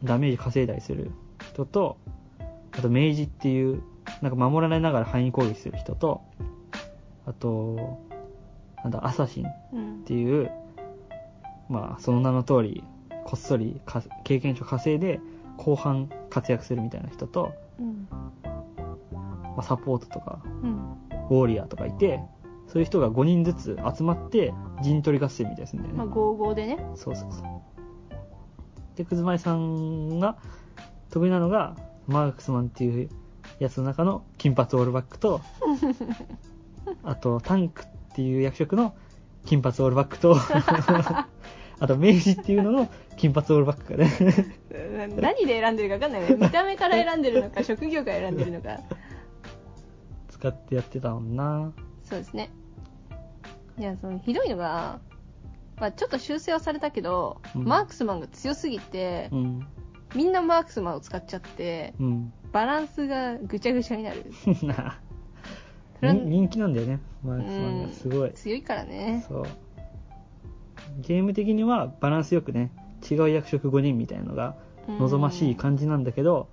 ダメージ稼いだりする人とあと明治っていうなんか守られながら範囲攻撃する人とあとなんだアサシンうんっていう、まあ、その名の通り、こっそりか経験値を稼いで、後半活躍するみたいな人と、うんまあ、サポートとか、うんウォーリアーとかいて、そういう人が5人ずつ集まって、陣取り合戦みたいですんだよね。まあ55でねそうそうそう。で、くずまいさんが得意なのが、マークスマンっていうやつの中の金髪オールバック と、あと、タンクっていう役職の金髪オールバック と、あと、明治っていうのの金髪オールバックがね、うん何で選んでるか分かんないね見た目から選んでるの か職業から選んでるのか使ってやってたもんな。そうですねいやそのひどいのが、まあ、ちょっと修正はされたけど、うんマークスマンが強すぎてう、ん。みんなマークスマンを使っちゃってうん。バランスがぐちゃぐちゃになるなそれは人人気なんだよね、マークスマンが。すごい。強いからねそうゲーム的にはバランスよくね違う役職5人みたいなのが望ましい感じなんだけど、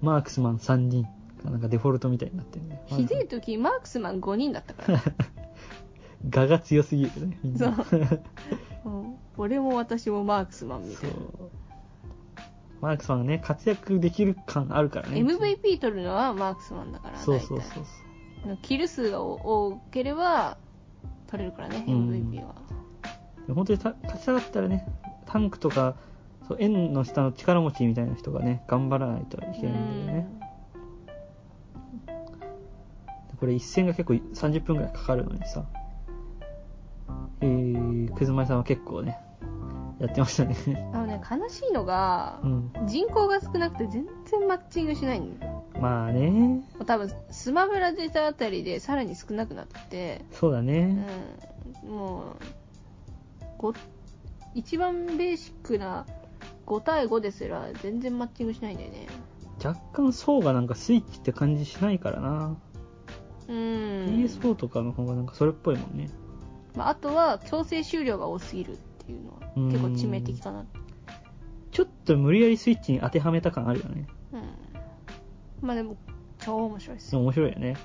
マークスマン3人がなんかデフォルトみたいになってるねひでえ時マークスマン5人だっ たから、ね、画が強すぎるよねみんな そううん俺も私もマークスマンみたそいうな、マークスマンがね活躍できる感あるからね MVP 取るのはマークスマンだからそうそうそう大そ体うキル数が多ければ取れるからねうん MVP は、でも本当にた勝ちたかったらねタンクとかそう円の下の力持ちみたいな人がね頑張らないといけないんだよね、これ一戦が結構30分くらいかかるのにさ、えー、くずまいさんは結構ね、やってましたね。 うんあのね悲しいのがう、ん。人口が少なくて全然マッチングしないんだよまあね、多分スマブラ出たあたりでさらに少なくなってそうだね。うんもうご一番ベーシックな5対5ですら全然マッチングしないんだよね若干層がなんかスイッチって感じしないからな。う ESO ん、とかの方がなんかそれっぽいもんね。まあ、あとは強制終了が多すぎるっていうのはうん結構致命的かなちょっと無理やりスイッチに当てはめた感あるよね。うんまあでも超面白いですでも面白いよね。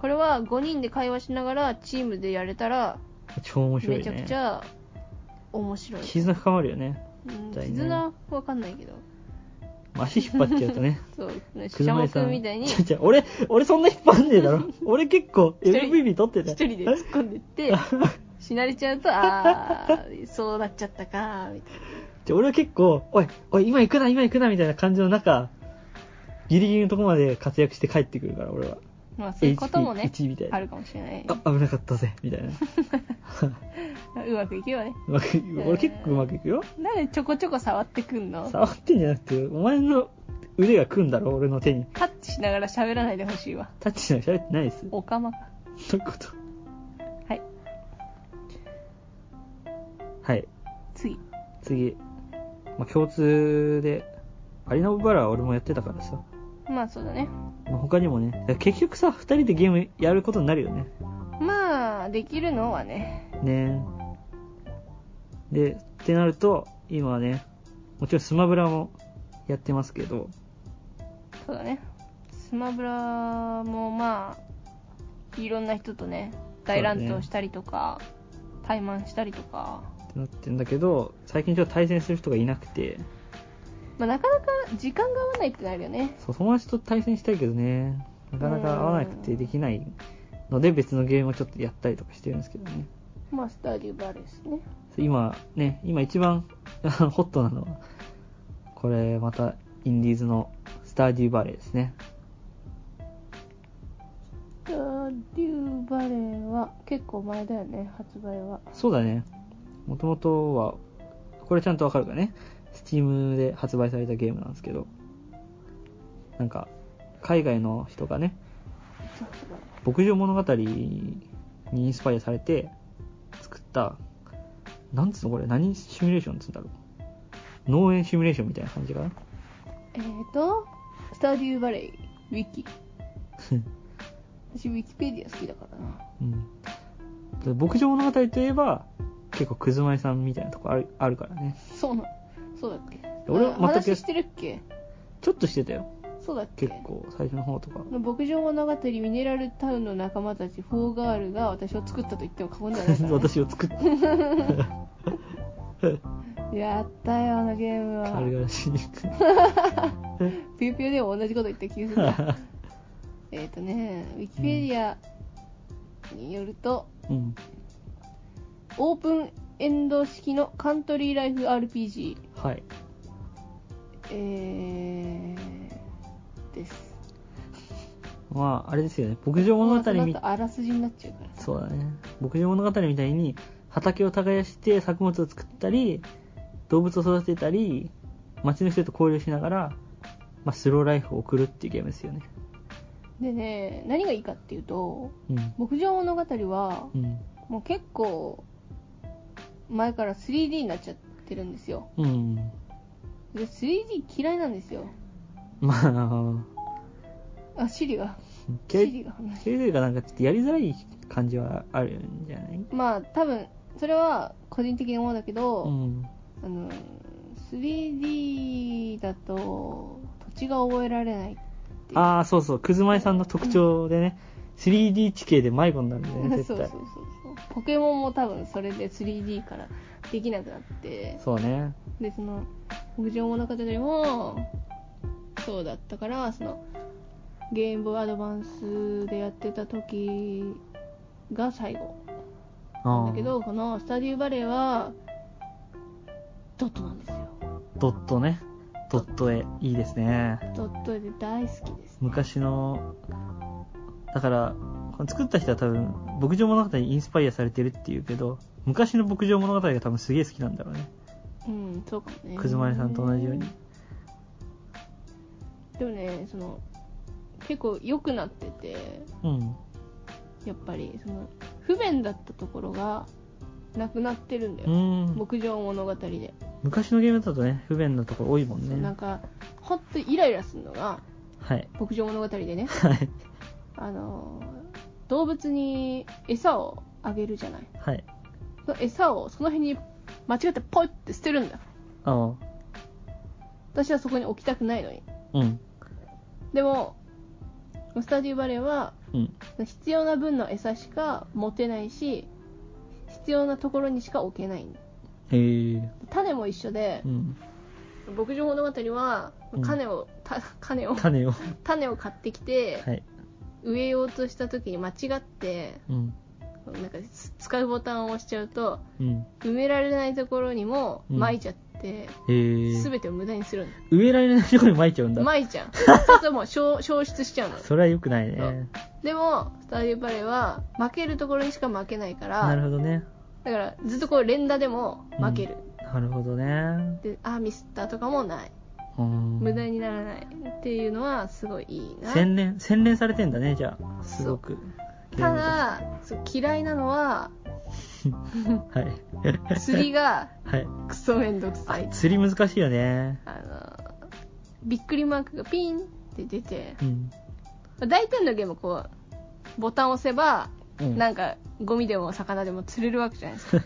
これは5人で会話しながらチームでやれたら超面白いよめちね。ゃくちゃ面白い、絆深まるよね。うん、だいね絆わかんないけど足引っ張っちゃうと ね。そうしゃ車もいさくん。ん みたいにちょちょ俺、俺そんな引っ張んねえ だろ。俺結構一人 MVP 取ってた一人で突っ込ん でって死なれちゃうとああそうなっちゃったかみたいで俺は結構、おい、おい、今行くな、今行くな、みたいな感じの中、ギリギリのとこまで活躍して帰ってくるから、俺は。なまあそういうこともね HP1 みたいなあるかもしれないあ、危なかったぜ、みたいな。 うまくいくよねうまくいく俺結構うまくいくよ。なんでちょこちょこ触ってくんの触ってんじゃなくて、お前の腕が組んだろ、俺の手に。タッチしながら喋らないでほしいわタッチしない喋ってないです。おかまかそういうこと。はいはい、次次。まあ、共通で、アリナ・オブ・バラは俺もやってたからさ。まあそうだねまあ、他にもね、結局さ、二人でゲームやることになるよね。まあできるのはねねで、ってなると、今はね、もちろんスマブラもやってますけど、そうだねスマブラもまあいろんな人とね大乱闘したりとか、対マンしたりとかってなってんだけど、最近ちょっと対戦する人がいなくて、まあ、なかなか時間が合わないってなるよね。そう友達と対戦したいけどね、なかなか合わなくうてんできないので、別のゲームをちょっとやったりとかしてるんですけどね。まあ、スターデューバーですね。今、ね、今一番 ホットなのは、これまたインディーズのスターデューバレーですね。スターデューバレーは結構前だよね、発売は。そうだね。もともとは、これちゃんとわかるかね。Steam で発売されたゲームなんですけど、なんか、海外の人がね、牧場物語にインスパイアされて作った、なんつうのこれ、何シミュレーションっつうんだろう。農園シミュレーションみたいな感じかな。 えっ、ー、と、スターデューバレー、ウィキ。私、ウィキペディア好きだからな。うん。牧場物語といえば、結構くずまいさんみたいなとこあるあるからねそうなそうだっけ俺はあ全く話してるっけちょっとしてたよそうだっけ結構最初の方とか牧場物語ミネラルタウンの仲間たちフォーガールが私を作ったと言っても過言ではないから、ね、 私を作ってやったよあのゲームは軽々し に行くピューピューでも同じこと言った気がする なえっとねウィキペディアによると、うんオープンエンド式のカントリーライフ RPG、はいえー、ですまああれですよね牧場物語みまあその後あらすじになっちゃうからそうだね牧場物語みたいに畑を耕して作物を作ったり動物を育てたり街の人と交流しながら、まあ、スローライフを送るっていうゲームですよねでね何がいいかっていうとうん牧場物語はうんもう結構前から 3D になっちゃってるんですようんで 3D 嫌いなんですよまああシリがシ経リ営が話してというかなんかちょっとやりづらい感じはあるんじゃないまあ多分それは個人的に思うんだけど、うんあの 3D だと土地が覚えられないっていうああそうそうくずまえさんの特徴でね 3D 地形で迷子になるんだよね絶 そう対そうそうそうポケモンも多分それで 3D からできなくなってそうねでその牧場物語もそうだったからそのゲームボーイアドバンスでやってた時が最後なんだけうんどこのスタディバレーはドットなんですよドットねドット絵いいですねドットで大好きです昔のだからこの作った人は多分牧場物語にインスパイアされてるっていうけど昔の牧場物語が多分すげえ好きなんだろうねうんそうかもねくずまえさんと同じようにでもねその結構良くなっててうんやっぱりその不便だったところがなくなってるんだよ、うん牧場物語で、昔のゲームだとね不便なところ多いもんそうなねんかほんとイライラするのがはい牧場物語でねはいあの動物に餌をあげるじゃないはいその餌をその辺に間違ってポイって捨てるんだああ私はそこに置きたくないのにうんでもスタディバレーはうん必要な分の餌しか持てないし必要なところにしか置けないへえ種も一緒でうん牧場物語はうん種を、た 種 を種を種を買ってきて、はい植えようとした時に間違ってうんなんかつ使うボタンを押しちゃうとうん埋められないところにもうん撒いちゃって、へえ全てを無駄にするんだ植えられないところに撒いちゃうんだ、撒いちゃうそうするともう 消消失しちゃうのそれは良くないそねうでもスタディバレーは負けるところにしか負けないからなるほどねだからずっとこう連打でも負ける、なるほどねであミスったとかもないうん無駄にならないっていうのはすごいいいな洗練洗練されてんだねじゃあすごくただそう嫌いなのははい 釣りがはいクソめんどく さい釣り難しいよねあのびっくりマークがピンって出てうん、大体のゲームこうボタンを押せば、うん、なんんかゴミでも魚でも釣れるわけじゃな いですか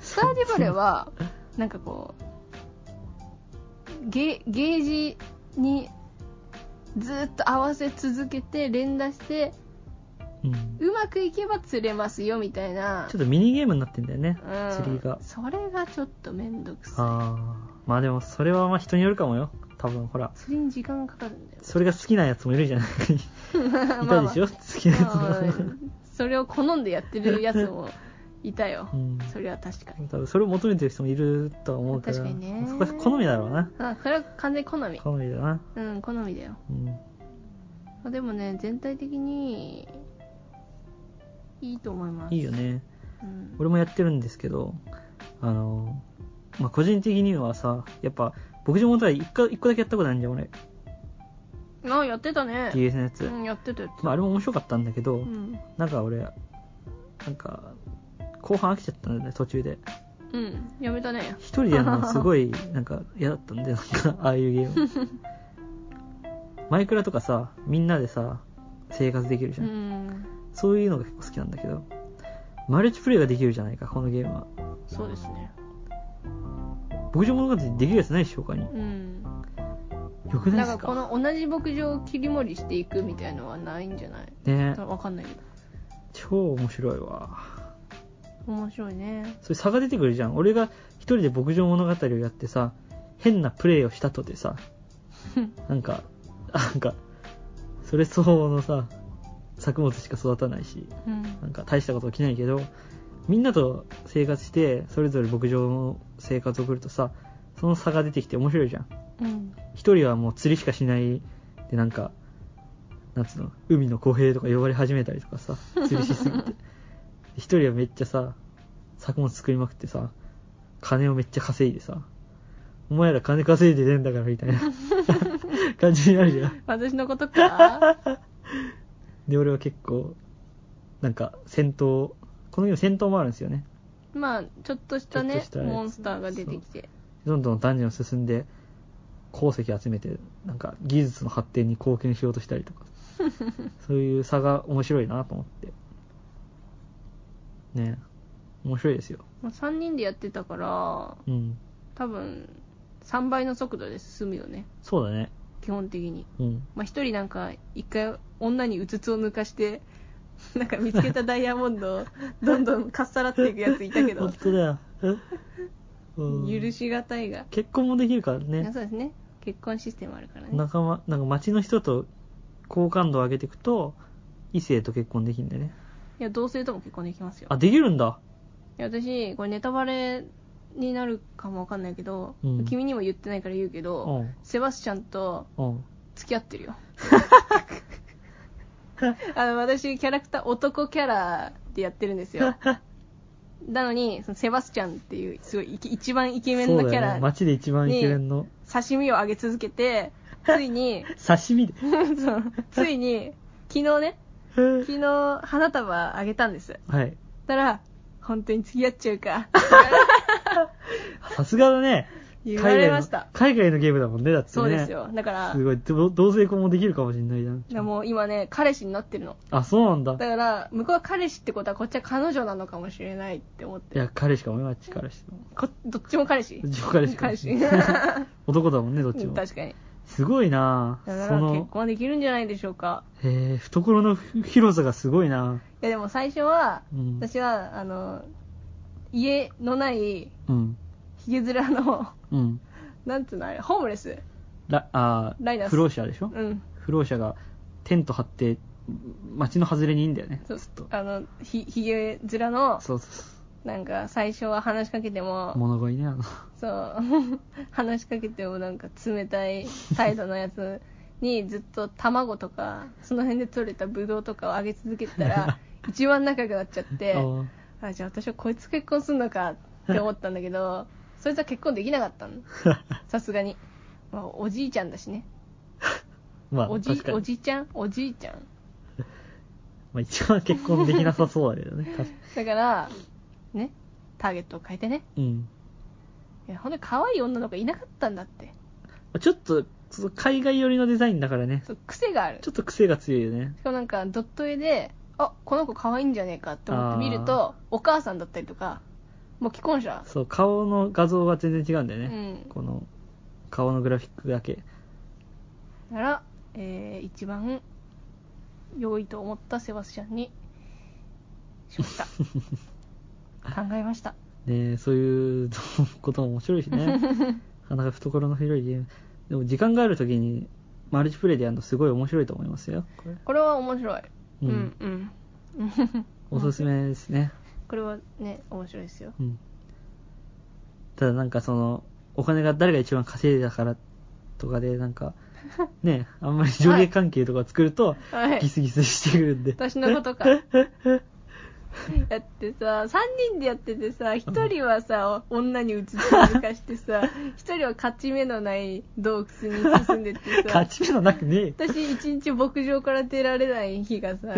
スターディバレーはなんかこうゲゲージにずーっと合わせ続けて連打してうん、ちうまくいけば釣れますよみたいなょっとミニゲームになってんだよね、うん釣りがそれがちょっとめんどくさああまあでもそれはまあ人によるかもよ多分ほらい釣りに時間がかか るんだよそれが好きなやつもいるじゃない い またあでまあしょ、好きなやつまも、あそれを好んでやってるやつもいたようん、それは確かに多分それを求めてる人もいるとは思うから確かにねそこは好みだろうなあそれは完全に好み好みだな、うん好みだようん、まあでもね全体的にいいと思いますいいよねうん俺もやってるんですけどあの、まあ、個人的にはさやっぱ牧場物語一個一個だけやったことあるんじゃん俺あやってたね DS のやつ、うんやってたやってたまあ、あれも面白かったんだけど、うんなんか俺なんか後半飽きちゃったんだよね途中でうんやめたね一人でやるのすご いなんか嫌だったんでなんかああいうゲームマイクラとかさみんなでさ生活できるじうゃん、んそういうのが結構好きなんだけどマルチプレイができるじゃないか、このゲームは。そうですね牧場物語できるやつないでしょ、他に。うんよくないなですんかこかの同じ牧場を切り盛りしていくみたいのはないんじゃないねわかんないけど超面白いわ。面白 いねそれ差が出てくるじゃん。俺が一人で牧場物語をやってさ、変なプレイをしたとでさ、なんか、なんか、それ相応のさ、作物しか育たないし、うんなんか大したこと起きないけど、みんなと生活して、それぞれ牧場の生活を送るとさ、その差が出てきて面白いじゃん。うん一人はもう釣りしかしないでなんかなんつうの海の公平とか呼ばれ始めたりとかさ釣りしすぎて一人はめっちゃさ作物作りまくってさ金をめっちゃ稼いでさお前ら金稼いでねえんだからみたいな 感じになるじゃん私のこと かで俺は結構なんか戦闘このゲーム戦闘もあるんですよねまあちょっとしたねちょっとしたやつモンスターが出てきてどんどんダンジョン進んで鉱石集めてなんか技術の発展に貢献しようとしたり とかそういう差が面白いなと思ってね面白いですよまあ、3人でやってたからうん多分3倍の速度で進むよねそうだね基本的にうんまあ、一人なんか一回女にうつつを抜かして なんか見つけたダイヤモ ンドをどんどんかっさらっていくやついたけど本当だよ うん許しがたいが、結婚もできるからあねそうですね結婚システムあるからね仲間なんか街の人と好感度を上げていくと異性と結婚できるんだよねいや同性とも結婚できますよあできるんだいや私これネタバレになるかもわかんないけど、うん君にも言ってないから言うけうど、んセバスチャンとうん付き合ってるよ あの私キャラクター男キャラでやってるんで すよなのにそのセバスチャンっていうすごいイケ一番イケメンそうのだキャよラ、ね街で一番イケメンの刺身をあげ続け てついに 刺身でそうついに昨日ね昨日花束あげたんですはいたら本当に付き合っちゃ うかさすがだね。言われました海外の海外のゲームだもんね、だってね。そうです。よだからすごい、ど同性婚もできるかもしれないじゃん。だからもう今ね彼氏になってるのあ、そうなんだ。だから向こうは彼氏ってことはこっちは彼女なのかもしれないって思っていや、彼しかも今、彼氏かも。こどっちも彼氏どっちも彼氏か彼氏男だもん ね、どっちも。 確かにすごいなだぁかそら結の、婚できるんじゃないでしょうかえー、懐の広さがすごいないやでも最初は、うん私はあの家のないぁうん。ヒゲ面の うん。なんつうのあれホームレスラ、あライナー、ス不老者でしうょ、ん不老者がテント張って、街の外れにいいんだよね。そうずっと。あのひひげ面のそうそうそなんか最初は話しかけてもう。物乞いね、あの。そう 話しかけてもなんか冷たい態度のやつにずっと卵とかその辺で取れたブドウとかをあげ続けて たら一番仲良くなっちゃってあーあじゃあ私はこいつ結婚するのかって思ったんだけどそいつは結婚できなかったのさすがに、まあ、おじいちゃんだしね まあ、おじ確かにおじちゃんおじいちゃんまあ、一番結婚できなさそうだけどね。確かだからねターゲットを変えてねに。うん。いやほんと可愛い女の子いなかったんだってちょっと、その海外寄りのデザインだからね。そう癖があるちょっと癖が強いよね。しかもなんかドット絵であこの子可愛いんじゃねえかって思って見るあとお母さんだったりとかもう既婚者、そう、顔の画像が全然違うんだようね。んこの、顔のグラフィックだけ。なら、えー一番良いと思ったセバスチャンにしま した考えましたねえそういうことも面白いしね。なかなか懐の広いゲーム。でも、時間があるときに、マルチプレイでやるのすごい面白いと思いますよ。これこれは面白い、う、うんん。うんおすすめですね。これはね面白いですようん。ただなんかその、お金が誰が一番稼いだからとかで、なん か、ねえあんまり上下関係とか作ると、はいギスギスしてくるんで。私 のことかやってさ3人でやっててさ1人はさ女にうつつ抜かして さ1人は勝ち目のない洞窟に進んでってさ勝ち目のなくねえよ私一日牧場から出られない日 がさ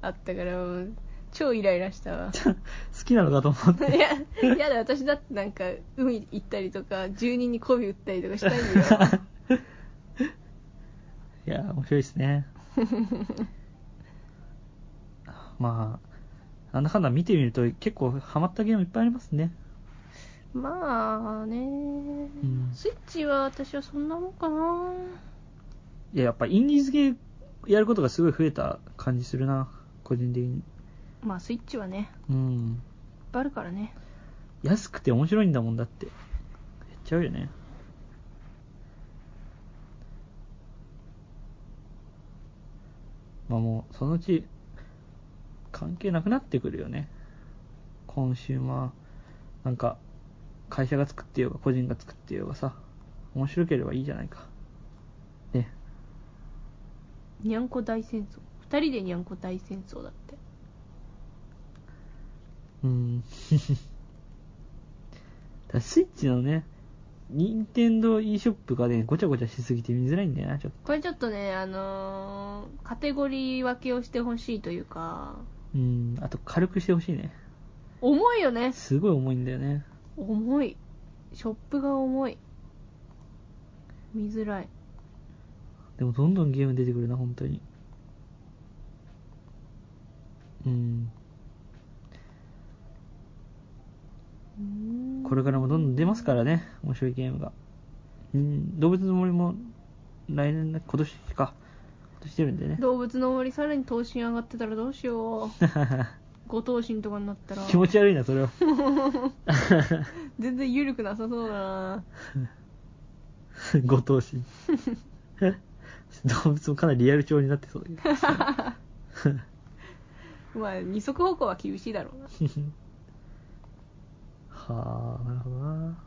あったからもう超イライラしたわ好きなのかと思って。 いやいやだ私だってなんか海行ったりとか住人に媚び売ったりとかしたいんだよ い や、面白いですね。まあ、なんだかんだ見てみると結構ハマったゲームいっぱいありますね。まあね、んスイッチは私はそんなもんかないや、やっぱインディーズゲーやることがすごい増えた感じするな、個人的に。まあスイッチはねいっうん。ぱいあるからね安くて面白いんだもんだって。やっちゃうよね。まあもう、そのうち、関係なくなってくるよね。コンシューマー、なんか、会社が作ってようが、個人が作ってようがさ、面白ければいいじゃないか。ね。にゃんこ大戦争2人でにゃんこ大戦争だってうん。 だからスイッチのね、任天堂 e ショップがね、ごちゃごちゃしすぎて見づらいんだよな、ちょっと。これちょっとねあのーカテゴリー分けをしてほしいというかうん、あと軽くしてほしいね。重いよねすごい重いんだよね。重いショップが重い見づらいでもどんどんゲーム出てくるな、本当に。うん。これからもどんどん出ますからね、面白いゲームが。うん、動物の森も来年だ、今年か。今年出るんでね。 動物の森さらに頭身上がってたらどうしようご頭身とかになったら気持ち悪いな、それは。 全然緩くなさそうだな ご当主動物もかなりリアル調になってそうだまあ二足歩行は厳しいだろうなけど はあなるほどな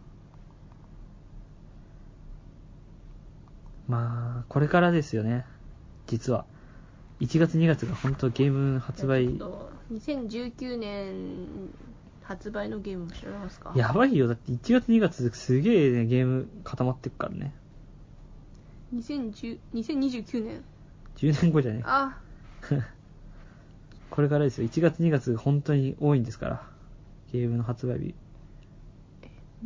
まあこれからですよね実は1月2月が本当ゲーム発売じゃあちょっと2019年発売のゲームも調べますかやばいよだって1月2月すげえ、ね、ゲーム固まってくからね2010 2029年10年後じゃねあ これからですよ1月2月本当に多いんですからゲームの発売日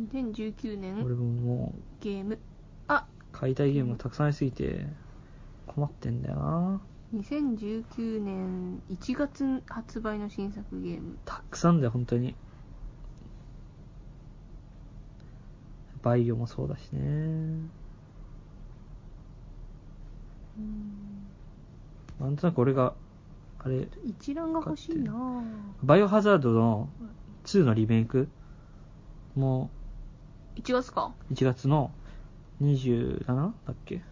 2019俺年ももうゲームあ買いたいゲームがたくさんありすぎて困ってんだよな2019年1月発売の新作ゲームたくさんだよ本当にバイオもそうだしねなんとなく俺があれ一覧が欲しいなぁバイオハザードの2のリメイクも1月かう1月の27だっけ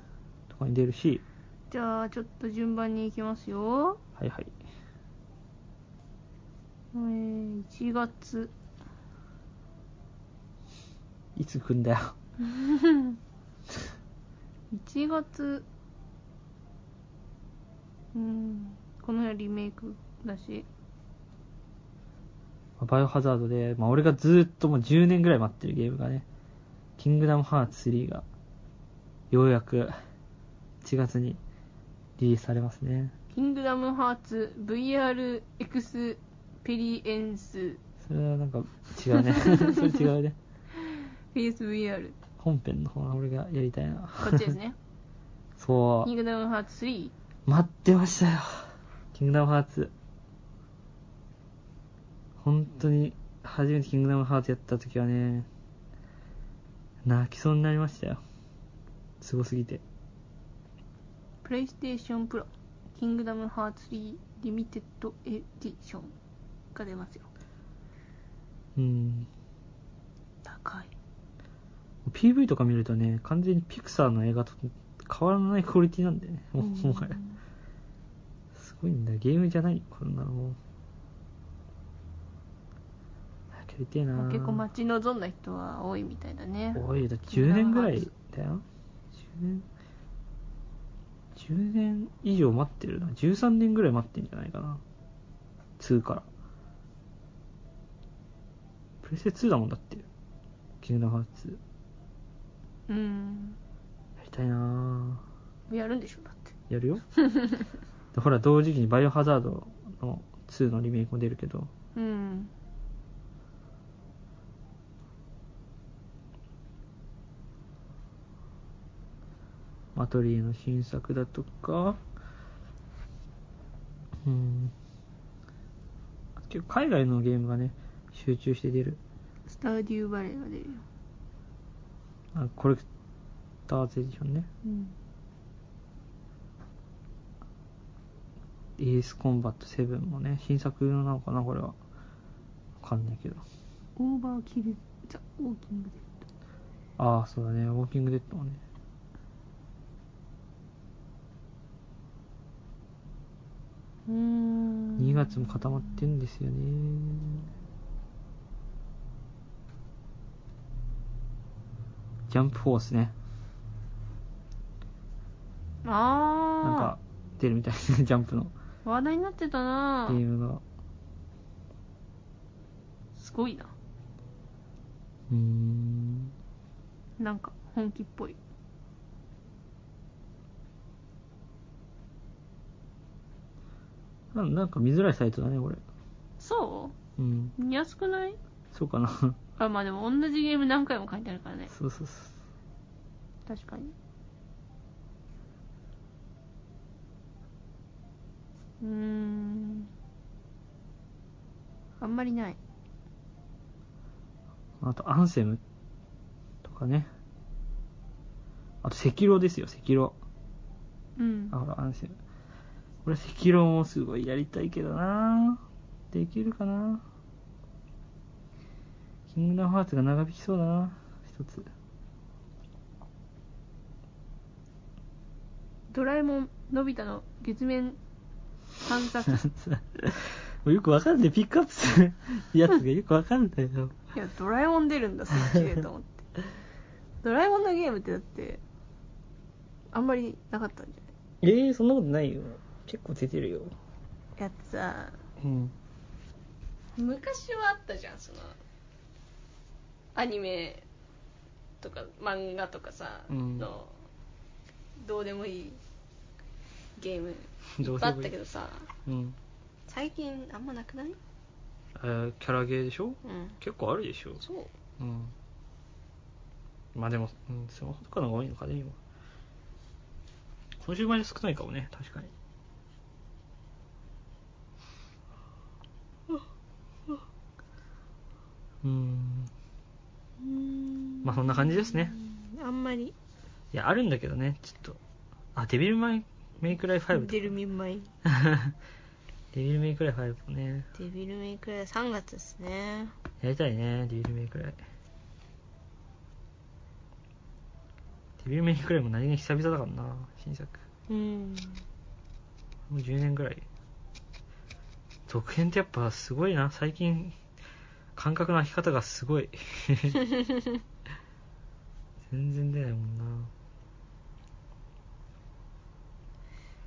とかに出るしじゃあちょっと順番に行きますよはいはいえー1月いつ来んだよ1月うんこの辺リメイクだしバイオハザードで、まあ、俺がずーっともう10年ぐらい待ってるゲームがね、キングダムハーツ3が、ようやく1月にリリースされますね。キングダムハーツ VR エクスペリエンスそれはなんか違 うね。それ違うね。 PSVR 本編の方が俺がやりたいな。こっちですね そキングダムハーツ3う。待ってましたよ。キングダムハーツ。本当に、初めてキングダムハーツやった時はね、泣きそうになりましたよ。すごすぎて。プレイステーションプロキングダムハーツ3リミテッドエディションが出ますようん。高い PV とか見るとね、完全にピクサーの映画と変わらないクオリティなんだよね。もう、もはや。すごいんだよ。ゲームじゃない、こんなのもう。早くやりてえな結構待ち望んだ人は多いみたいだねおい、だって10年ぐらいだよ。10年。10年以上待ってるな。13年ぐらい待ってんじゃないかな。2から。プレステ2だもんだって。キングダムハーツ。うんやりたいなやるんでしょだってやるよでほら同時期にバイオハザードの2のリメイクも出るけどうんマトリーの新作だとかうんあと結構海外のゲームがね集中して出るスターデューバレーが出るよ。あコレクターズエディションねうん。エースコンバット7もね新作なのかなこれはわかんないけどオーバーキル・ザ・ウォーキングデッド。ああそうだねウォーキングデッドもねうーん2月も固まってんですよねジャンプフォースねあーなんか出るみたいですねジャンプの話題になってたゲなームがすごいなうーんなんか本気っぽいななんか見づらいサイトだねこれそうんう見やすくないそうかな あまあでも同じゲーム何回も書いてあるからねそうそうそう確かにうーんあんまりないあとアンセムとかねあと赤狼ですよ赤狼うんあほらアンセム俺赤狼もすごいやりたいけどなできるかなキングダムハーツが長引きそうだな一つドラえもんのび太の月面探 索よくわかんないピックアップするやつがよくわかんないよいやドラえもん出るんだそっちでと思ってドラえもんのゲームってだってあんまりなかったんじゃないえー、そんなことないよ結構出てるよやってさうん昔はあったじゃんそのアニメとか漫画とかさ、うんのどうでもいいゲームいどうっでぱもいいあったいけどさうん最近あんまなくないえーキャラゲーでしょうん結構あるでしょそううんまあでも、うん、スマホとかの方が多いのかね今今週まで少ないかもね確かにうんまあそんな感じですねあんまりいやあるんだけどねちょっとあデビルマイメイクライ5とかデビルミンマイ デビルメイクライ5もねデビルメイクライ3月ですねやりたいねデビルメイクライデビルメイクライも何が久々だからな新作 うんもう10年ぐらい続編ってやっぱすごいな最近感覚の開き方がす ごい全然出ないもんな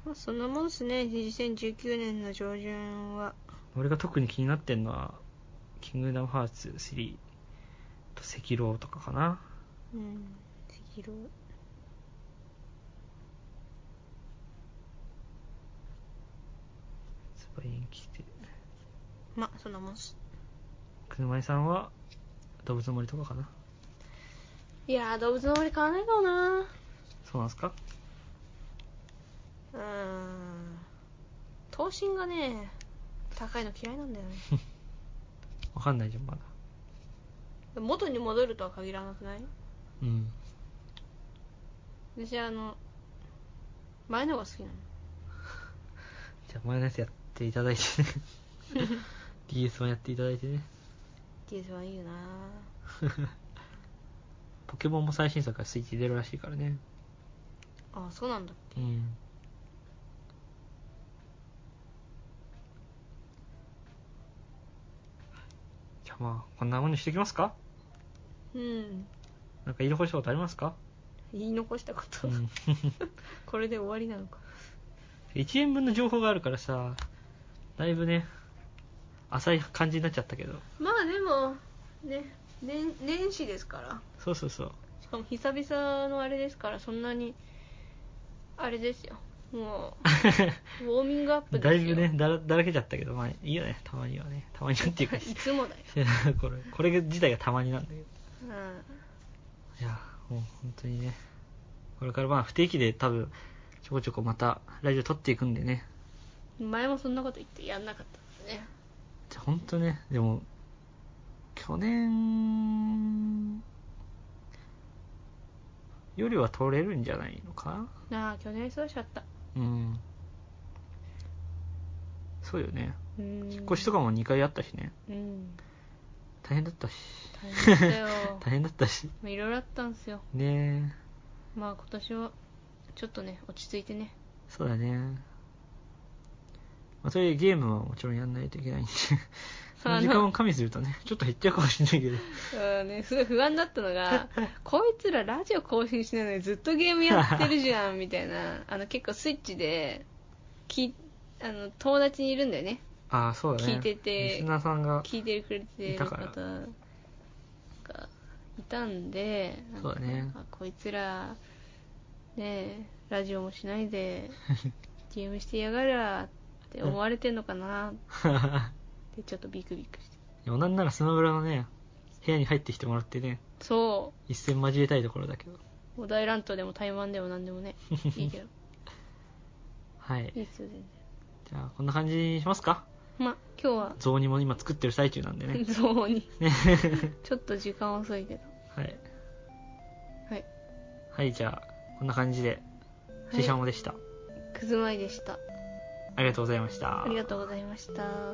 まあそんなもんですね2019年の上旬は俺が特に気になってんのは「キングダムハーツ3」と「赤狼」とかかなうん赤狼スパイン来てまあそんなもんっす車井さんは動物の森とかかないやー動物の森買わないかもなそうなんすかうーん頭身がね高いの嫌いなんだよねわかんないじゃんまだ元に戻るとは限らなくないうん私あの前のが好きな のじゃあ前のやつやっていただいてね DS もやっていただいてね DS はいいよなポケモンも最新作がスイッチで出るらしいからねあそうなんだうんじゃあまあこんなもんにしてきますかうんなんか言い残したことありますか、言い残したこと、うん、これで終わりなのか1円分の情報があるからさだいぶね浅い感じになっちゃったけどまあでもね年年始ですからそうそうそうしかも久々のあれですからそんなにあれですよもうウォーミングアップですだよいぶねだらだらけちゃったけどまあいいよねたまにはねたまにはっていう かいつもだよ、これこれ自体がたまになんだけどうん、いやもう本当にねこれからまあ不定期で多分ちょこちょこまたラジオ撮っていくんでね前もそんなこと言ってやんなかったんですねじゃほんとね、でも、去年よりは取れるんじゃないのかああ去年そうしちゃったうん。そうよね。うん引っ越しとかも2回やったしね。うん大変だったし。大変だったよ 大変だったし。まあいろいろあったんですよねまあ今年はちょっとね落ち着いてねえ。そうだね。まあ、とはいえゲームはもちろんやんないといけないん で、その時間を加味するとね、ちょっと減っちゃうかもしれないけど。うんね、すごい不安だったのがこいつらラジオ更新しないのにずっとゲームやってるじゃんみたいなあの結構スイッチできあの友達にいるんだよね ああ、そうだね。聞いててリスナーさんが、 聞いてくれているた方からがいたんでなんかそうだねあこいつらねえラジオもしないで ゲームしてやがらって思われてんのかなってちょっとビクビクしてでもなんならスマブラのね、部屋に入ってきてもらってね、そ一戦交えたいところだけど。うお題乱闘でも台湾でも何でもね いいけどはいい。いっすよ全然じゃあ、こんな感じにしますかまあ今日は雑煮も今作ってる最中なんで ね。ゾウにね ちょっと時間遅いけどはい。はいはい、じゃあ、こんな感じで、ししゃもでした。くずまいでしたありがとうございました。ありがとうございました